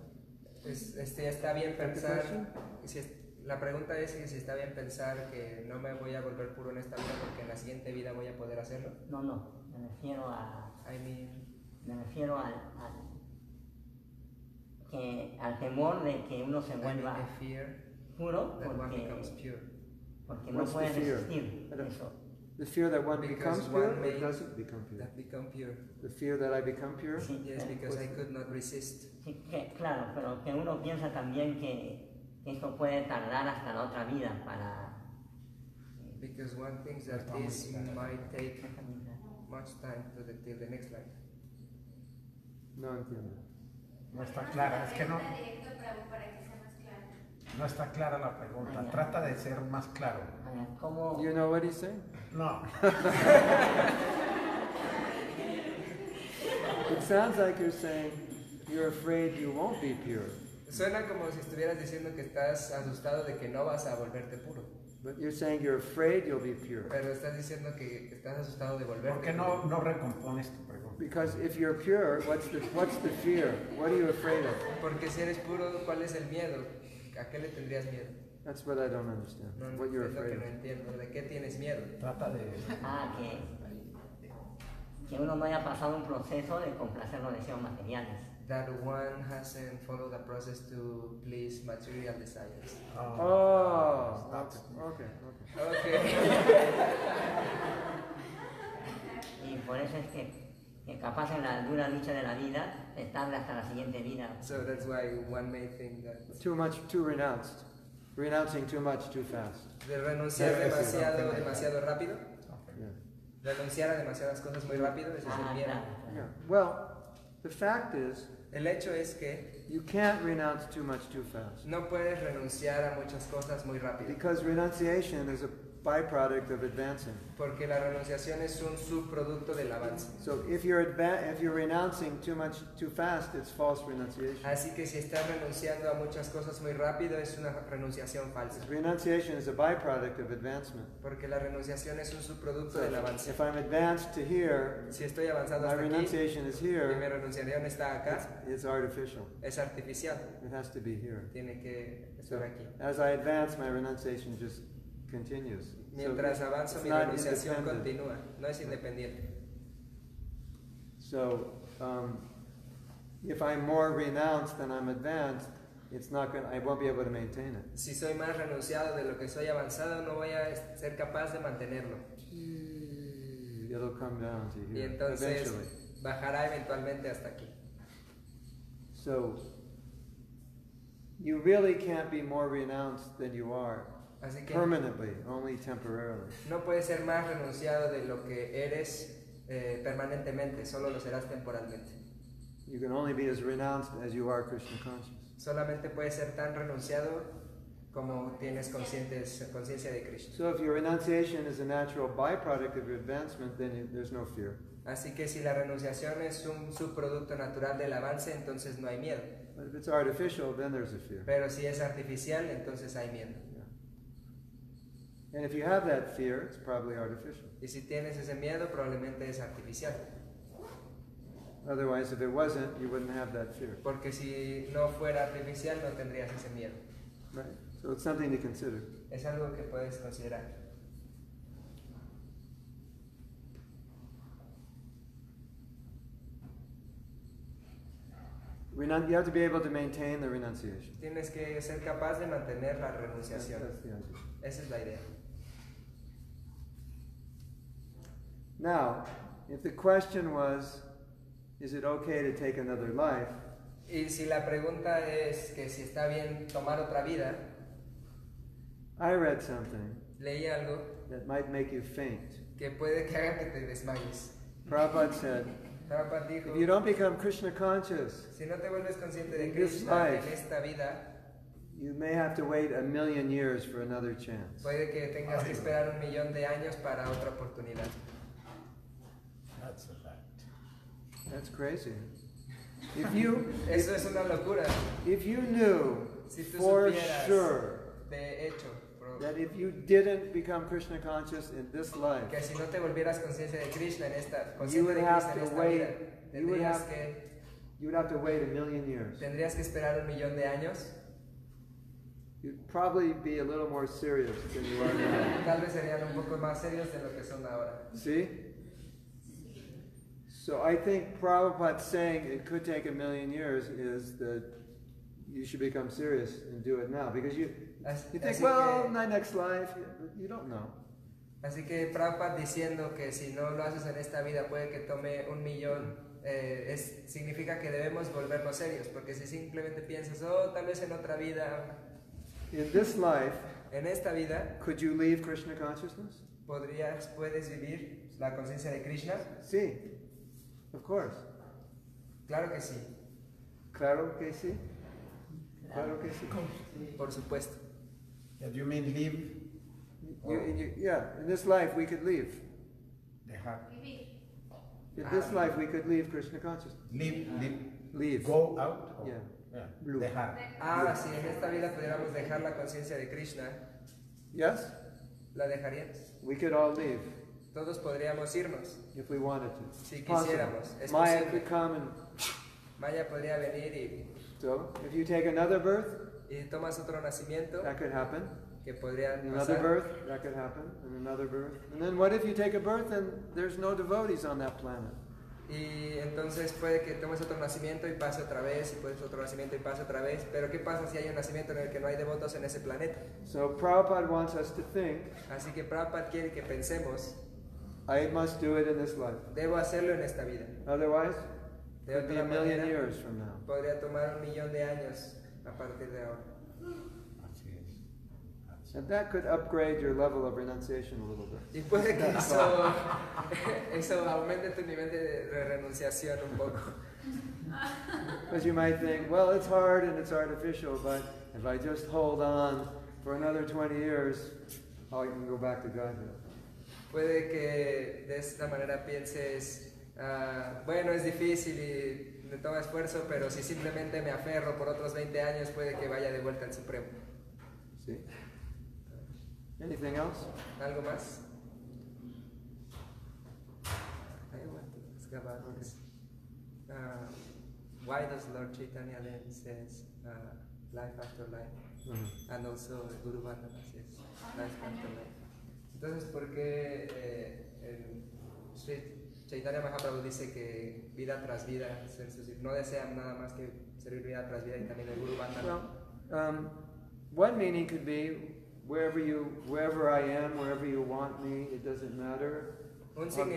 S2: Es- este, está bien
S1: that the
S2: pensar. si es- la pregunta es si está bien pensar que no me voy a volver puro en esta vida porque en la siguiente vida voy a poder hacerlo.
S7: No, no, me refiero a,
S2: I mean,
S7: me refiero al, al- que, al temor de que uno se
S2: I mean the
S7: vuelva
S2: fear
S7: puro
S2: that one becomes
S7: porque,
S2: pure.
S7: porque no
S1: What's the
S7: puede
S1: fear?
S7: resistir
S1: I don't-
S7: eso.
S1: The fear that one
S2: Because
S1: becomes
S2: one
S1: pure or
S2: may-
S1: doesn't become pure.
S2: That become pure.
S1: The fear that I become pure?
S7: Sí,
S2: Yes,
S7: pero-
S2: because I could not resist.
S7: sí, que- claro, pero que uno piensa también que que esto puede tardar hasta la otra vida para...
S2: Because one thinks that this might take much time to the, till the next life.
S1: No entiendo.
S3: No está clara, es que no.
S6: Directo para, para que sea más claro.
S3: No está clara la pregunta.
S7: Allá.
S3: Trata de ser más claro.
S7: Ahora, ¿cómo?
S1: You know what he's saying?
S3: No.
S1: It sounds like you're saying you're afraid you won't be pure,
S2: Suena como si estuvieras diciendo que estás asustado de que no vas a volverte puro,
S1: but you're saying you're afraid you'll be pure.
S2: pero estás diciendo que estás asustado de volverte
S3: ¿Por qué
S2: puro.
S3: no, no recompones tu pregunta?
S1: Because if you're pure, what's the, what's the fear? What are you afraid of?
S2: Porque si eres puro, ¿cuál es el miedo? ¿A qué le tendrías miedo?
S1: That's what I don't understand.
S2: No,
S1: What you're
S2: es lo que
S1: afraid
S2: no
S1: of.
S2: entiendo. ¿De qué tienes miedo?
S3: Trata de.
S7: Ah, que, que uno no haya pasado un proceso de complacer los deseos materiales.
S2: That one hasn't followed the process to please material desires.
S3: Oh,
S1: Oh, okay, okay.
S2: Okay.
S7: Y por eso es que, que capaz en la dura lucha de la vida, estarle hasta la siguiente vida.
S2: so that's why one may think that
S1: Too much, too renounced. Renouncing too much, too fast.
S2: de renunciar
S3: Sí, sí, sí,
S2: demasiado,
S3: no,
S2: demasiado rápido,
S1: Yeah.
S2: renunciar a demasiadas cosas muy rápido, ese es el
S7: Ah,
S2: miedo.
S7: claro.
S1: Yeah. Well, the fact is,
S2: El hecho es que
S1: you can't renounce too much too fast
S2: no puedes renunciar a muchas cosas muy rápido,
S1: because renunciation is a byproduct of advancing.
S2: porque la renunciación es un subproducto del avance.
S1: So if you're adva- if you're renouncing too much too fast, it's false renunciation.
S2: Así que si estás renunciando a muchas cosas muy rápido, es una renunciación falsa,
S1: Renunciation is a byproduct of advancement.
S2: porque la renunciación es un subproducto
S1: So
S2: del avance.
S1: if I'm advanced to here,
S2: Si estoy avanzando
S1: my
S2: hasta aquí
S1: renunciation is
S2: y mi
S1: here,
S2: renunciación está
S1: it's,
S2: acá,
S1: it's artificial.
S2: es artificial,
S1: It has to be here.
S2: tiene que estar
S1: So
S2: aquí.
S1: as I advance, my renunciation just continues. So
S2: Mientras avanzo,
S1: it's
S2: mi
S1: not
S2: renunciación
S1: independent.
S2: continúa, no es independiente.
S1: So, um, if I'm more renounced than I'm advanced, it's not going. to I won't be able to maintain it.
S2: Si soy más renunciado de lo que soy avanzado, no voy a ser capaz de mantenerlo.
S1: It'll come down to
S2: Hmm. Y
S1: here
S2: entonces
S1: eventually.
S2: bajará eventualmente hasta aquí.
S1: So, you really can't be more renounced than you are
S2: Así que
S1: permanently, only temporarily.
S2: no puedes ser más renunciado de lo que eres eh, permanentemente, solo lo serás temporalmente.
S1: You can only be as renounced as you are Krishna conscious.
S2: Solamente puedes ser tan renunciado como tienes conscientes- conciencia de Krishna.
S1: So, if your renunciation is a natural byproduct of your advancement, then you, there's no fear.
S2: Así que si la renunciación es un subproducto natural del avance, entonces no hay miedo.
S1: But if it's artificial, then there's a fear.
S2: Pero si es artificial, entonces hay miedo.
S1: And if you have that fear, it's probably artificial.
S2: Y si tienes ese miedo, probablemente es artificial.
S1: Otherwise, if it wasn't, you wouldn't have that fear.
S2: Porque si no fuera artificial, no tendrías ese miedo.
S1: Right? So it's something to consider.
S2: Es algo que puedes considerar.
S1: Renun- you have to be able to maintain the renunciation.
S2: Tienes que ser capaz de mantener la
S1: That's,
S2: renunciación.
S1: that's the idea.
S2: Esa es la idea.
S1: Now, if the question was, is it okay to take another life?
S2: Y si la pregunta es que si está bien tomar otra vida,
S1: I read something
S2: leí algo
S1: that might make you faint.
S2: que puede que haga que te desmayes.
S1: Prabhupada said,
S2: Prabhupada dijo,
S1: if you don't become Krishna conscious,
S2: si no te vuelves consciente de
S1: In this
S2: Krishna en
S1: life.
S2: esta vida,
S1: you may have to wait a million years for another chance.
S2: puede que tengas que esperar un millón de años para otra oportunidad.
S3: that's a fact.
S1: That's crazy. If you
S2: Eso es una locura.
S1: if you knew
S2: Si tú
S1: for
S2: supieras.
S1: sure
S2: De hecho, pro-
S1: that if you didn't become Krishna conscious in this life,
S2: que si no te volvieras conciencia de Krishna en esta,
S1: You
S2: consciente
S1: would
S2: de
S1: have
S2: Krishna en
S1: to
S2: esta vida,
S1: wait. You would
S2: tendrías
S1: have-
S2: que,
S1: you would have to wait a million years.
S2: tendrías que esperar un millón de años.
S1: You'd probably be a little more serious than you are now.
S2: Tal vez serían un poco más serios de lo que son ahora.
S1: See? So I think Prabhupada saying it could take a million years is that you should become serious and do it now because you
S2: Así,
S1: you think,
S2: así
S1: well,
S2: que,
S1: my next life, you don't know.
S2: así que Prabhupada diciendo que si no lo haces en esta vida puede que tome un millón, eh, es, significa que debemos volvernos serios, porque si simplemente piensas, oh, tal vez en otra vida,
S1: In this life,
S2: en esta vida,
S1: could you leave Krishna consciousness?
S2: podrías, puedes vivir la conciencia de Krishna.
S1: See, of course.
S2: Claro que sí.
S1: Claro que sí. Claro que sí.
S2: por supuesto.
S3: Yeah, do you mean leave?
S1: You, you, yeah, in this life we could leave.
S3: Dejar.
S6: Vivir.
S1: In this life we could leave Krishna consciousness.
S3: Leave, leave.
S1: Leave.
S3: Go out? or-
S1: Yeah.
S3: yeah,
S1: Blue.
S3: Dejar.
S2: Ahora, si en esta vida pudiéramos dejar la conciencia de Krishna,
S1: Yes?
S2: ¿la dejarías?
S1: We could all leave
S2: Todos podríamos irnos.
S1: if we wanted to.
S2: Si
S1: Possible.
S2: quisiéramos, es
S1: Maya
S2: posible.
S1: could come and
S2: Maya podría venir y,
S1: so if you take another birth,
S2: y tomas otro nacimiento
S1: that could happen.
S2: que podría
S1: And another
S2: pasar.
S1: birth, that could happen. And another birth. And then what if you take a birth and there's no devotees on that planet?
S2: Y entonces puede que tomes otro nacimiento y pase otra vez, y puedes otro nacimiento y pase otra vez. Pero ¿qué pasa si hay un nacimiento en el que no hay devotos en ese planeta?
S1: So Prabhupada wants us to think,
S2: Así que Prabhupada quiere que pensemos,
S1: I must do it in this life.
S2: debo hacerlo en esta vida.
S1: Otherwise,
S2: De
S1: it'll be a
S2: otra
S1: million
S2: manera,
S1: years from now.
S2: podría tomar un millón de años a partir de ahora.
S3: Así es. Así
S1: And that could upgrade your level of renunciation a little bit.
S2: Y puede que eso, (laughs) eso aumente tu nivel de de renunciación un poco.
S1: Because you might think, well, it's hard and it's artificial, but if I just hold on for another 20 years, oh, I can go back to Godhead.
S2: Puede que de esta manera pienses, ah, bueno, es difícil y me toma esfuerzo, pero si simplemente me aferro por otros 20 años, puede que vaya de vuelta al Supremo.
S1: See? Anything else?
S2: ¿Algo más? I want to ask about this. pues, Ah, why does Lord Chaitanya then says ah, life after life? and also the Guru Vandana says life after life. Entonces, ¿por qué eh, el Sri Chaitanya Mahaprabhu dice que vida tras vida, es decir, no desean nada más que servir vida tras vida y también el Guru Vandana?
S1: Well, um, one meaning could be wherever you, wherever I am, wherever you want me, it doesn't matter.
S2: un,
S1: I'll, I'll go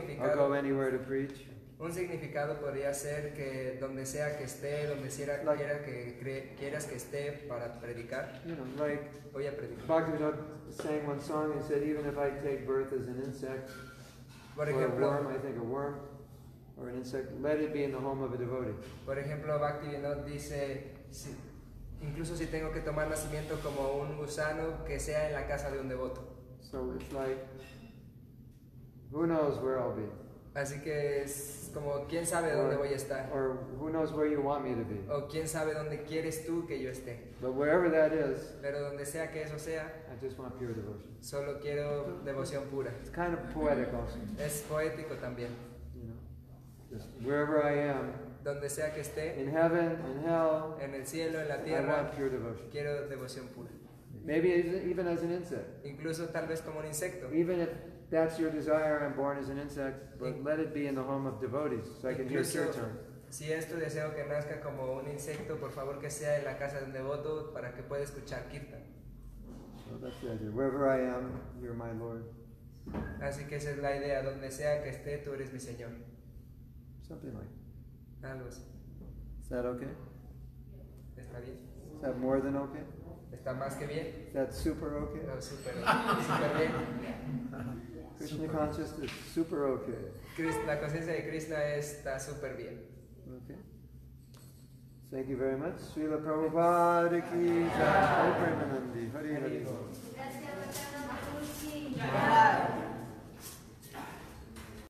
S2: significado,
S1: anywhere to preach.
S2: un significado podría ser que donde sea que esté, donde quiera,
S1: Like-
S2: quiera que cre- quieras que esté para predicar,
S1: You know, like
S2: voy a predicar.
S1: Bhaktivinoda sang one song and said, even if I take birth as an insect or
S2: Por
S1: a worm,
S2: ejemplo,
S1: I think a worm or an insect, let it be in the home of a devotee.
S2: Por ejemplo, Bhaktivinoda dice, si- incluso si tengo que tomar nacimiento como un gusano, que sea en la casa de un devoto.
S1: So it's like, who knows where I'll be,
S2: Así que es como, ¿quién sabe dónde voy a estar?
S1: or who knows where you want me to be.
S2: O ¿quién sabe dónde quieres tú que yo esté?
S1: But wherever that is,
S2: Pero donde sea que eso sea,
S1: I just want pure devotion.
S2: solo quiero devoción pura.
S1: It's kind of poetic also,
S2: Es poético también.
S1: you know. Just wherever I am,
S2: Donde sea que esté,
S1: in heaven, in hell,
S2: en el cielo, en la
S1: I want
S2: tierra,
S1: pure devotion.
S2: quiero devoción pura.
S1: Maybe as- even as an insect.
S2: Incluso tal vez como un insecto.
S1: Even if that's your desire, I'm born as an insect, but let it be in the home of devotees, so I can hear
S2: Incluso-
S1: kirtan.
S2: Si es tu deseo que nazca como un insecto, por favor que sea en la casa de un devoto para que pueda escuchar Kirtan.
S1: So that's the idea. Wherever I am, you're my Lord.
S2: Así que esa es la idea, donde sea que esté, tú eres mi Señor.
S1: Something like.
S2: Algo así.
S1: Is that okay?
S2: ¿Está bien?
S1: Is that more than okay?
S2: ¿Está más que bien?
S1: Is that super okay?
S2: No, súper súper bien.
S1: Krishna consciousness is super okay.
S2: Cris- La conciencia de Krishna está súper bien.
S1: Okay. Thank you very much. Srila Prabhupada ki jai. Hare Premanandi. Hare Hare.
S6: Gracias, Ricardo Marcucci.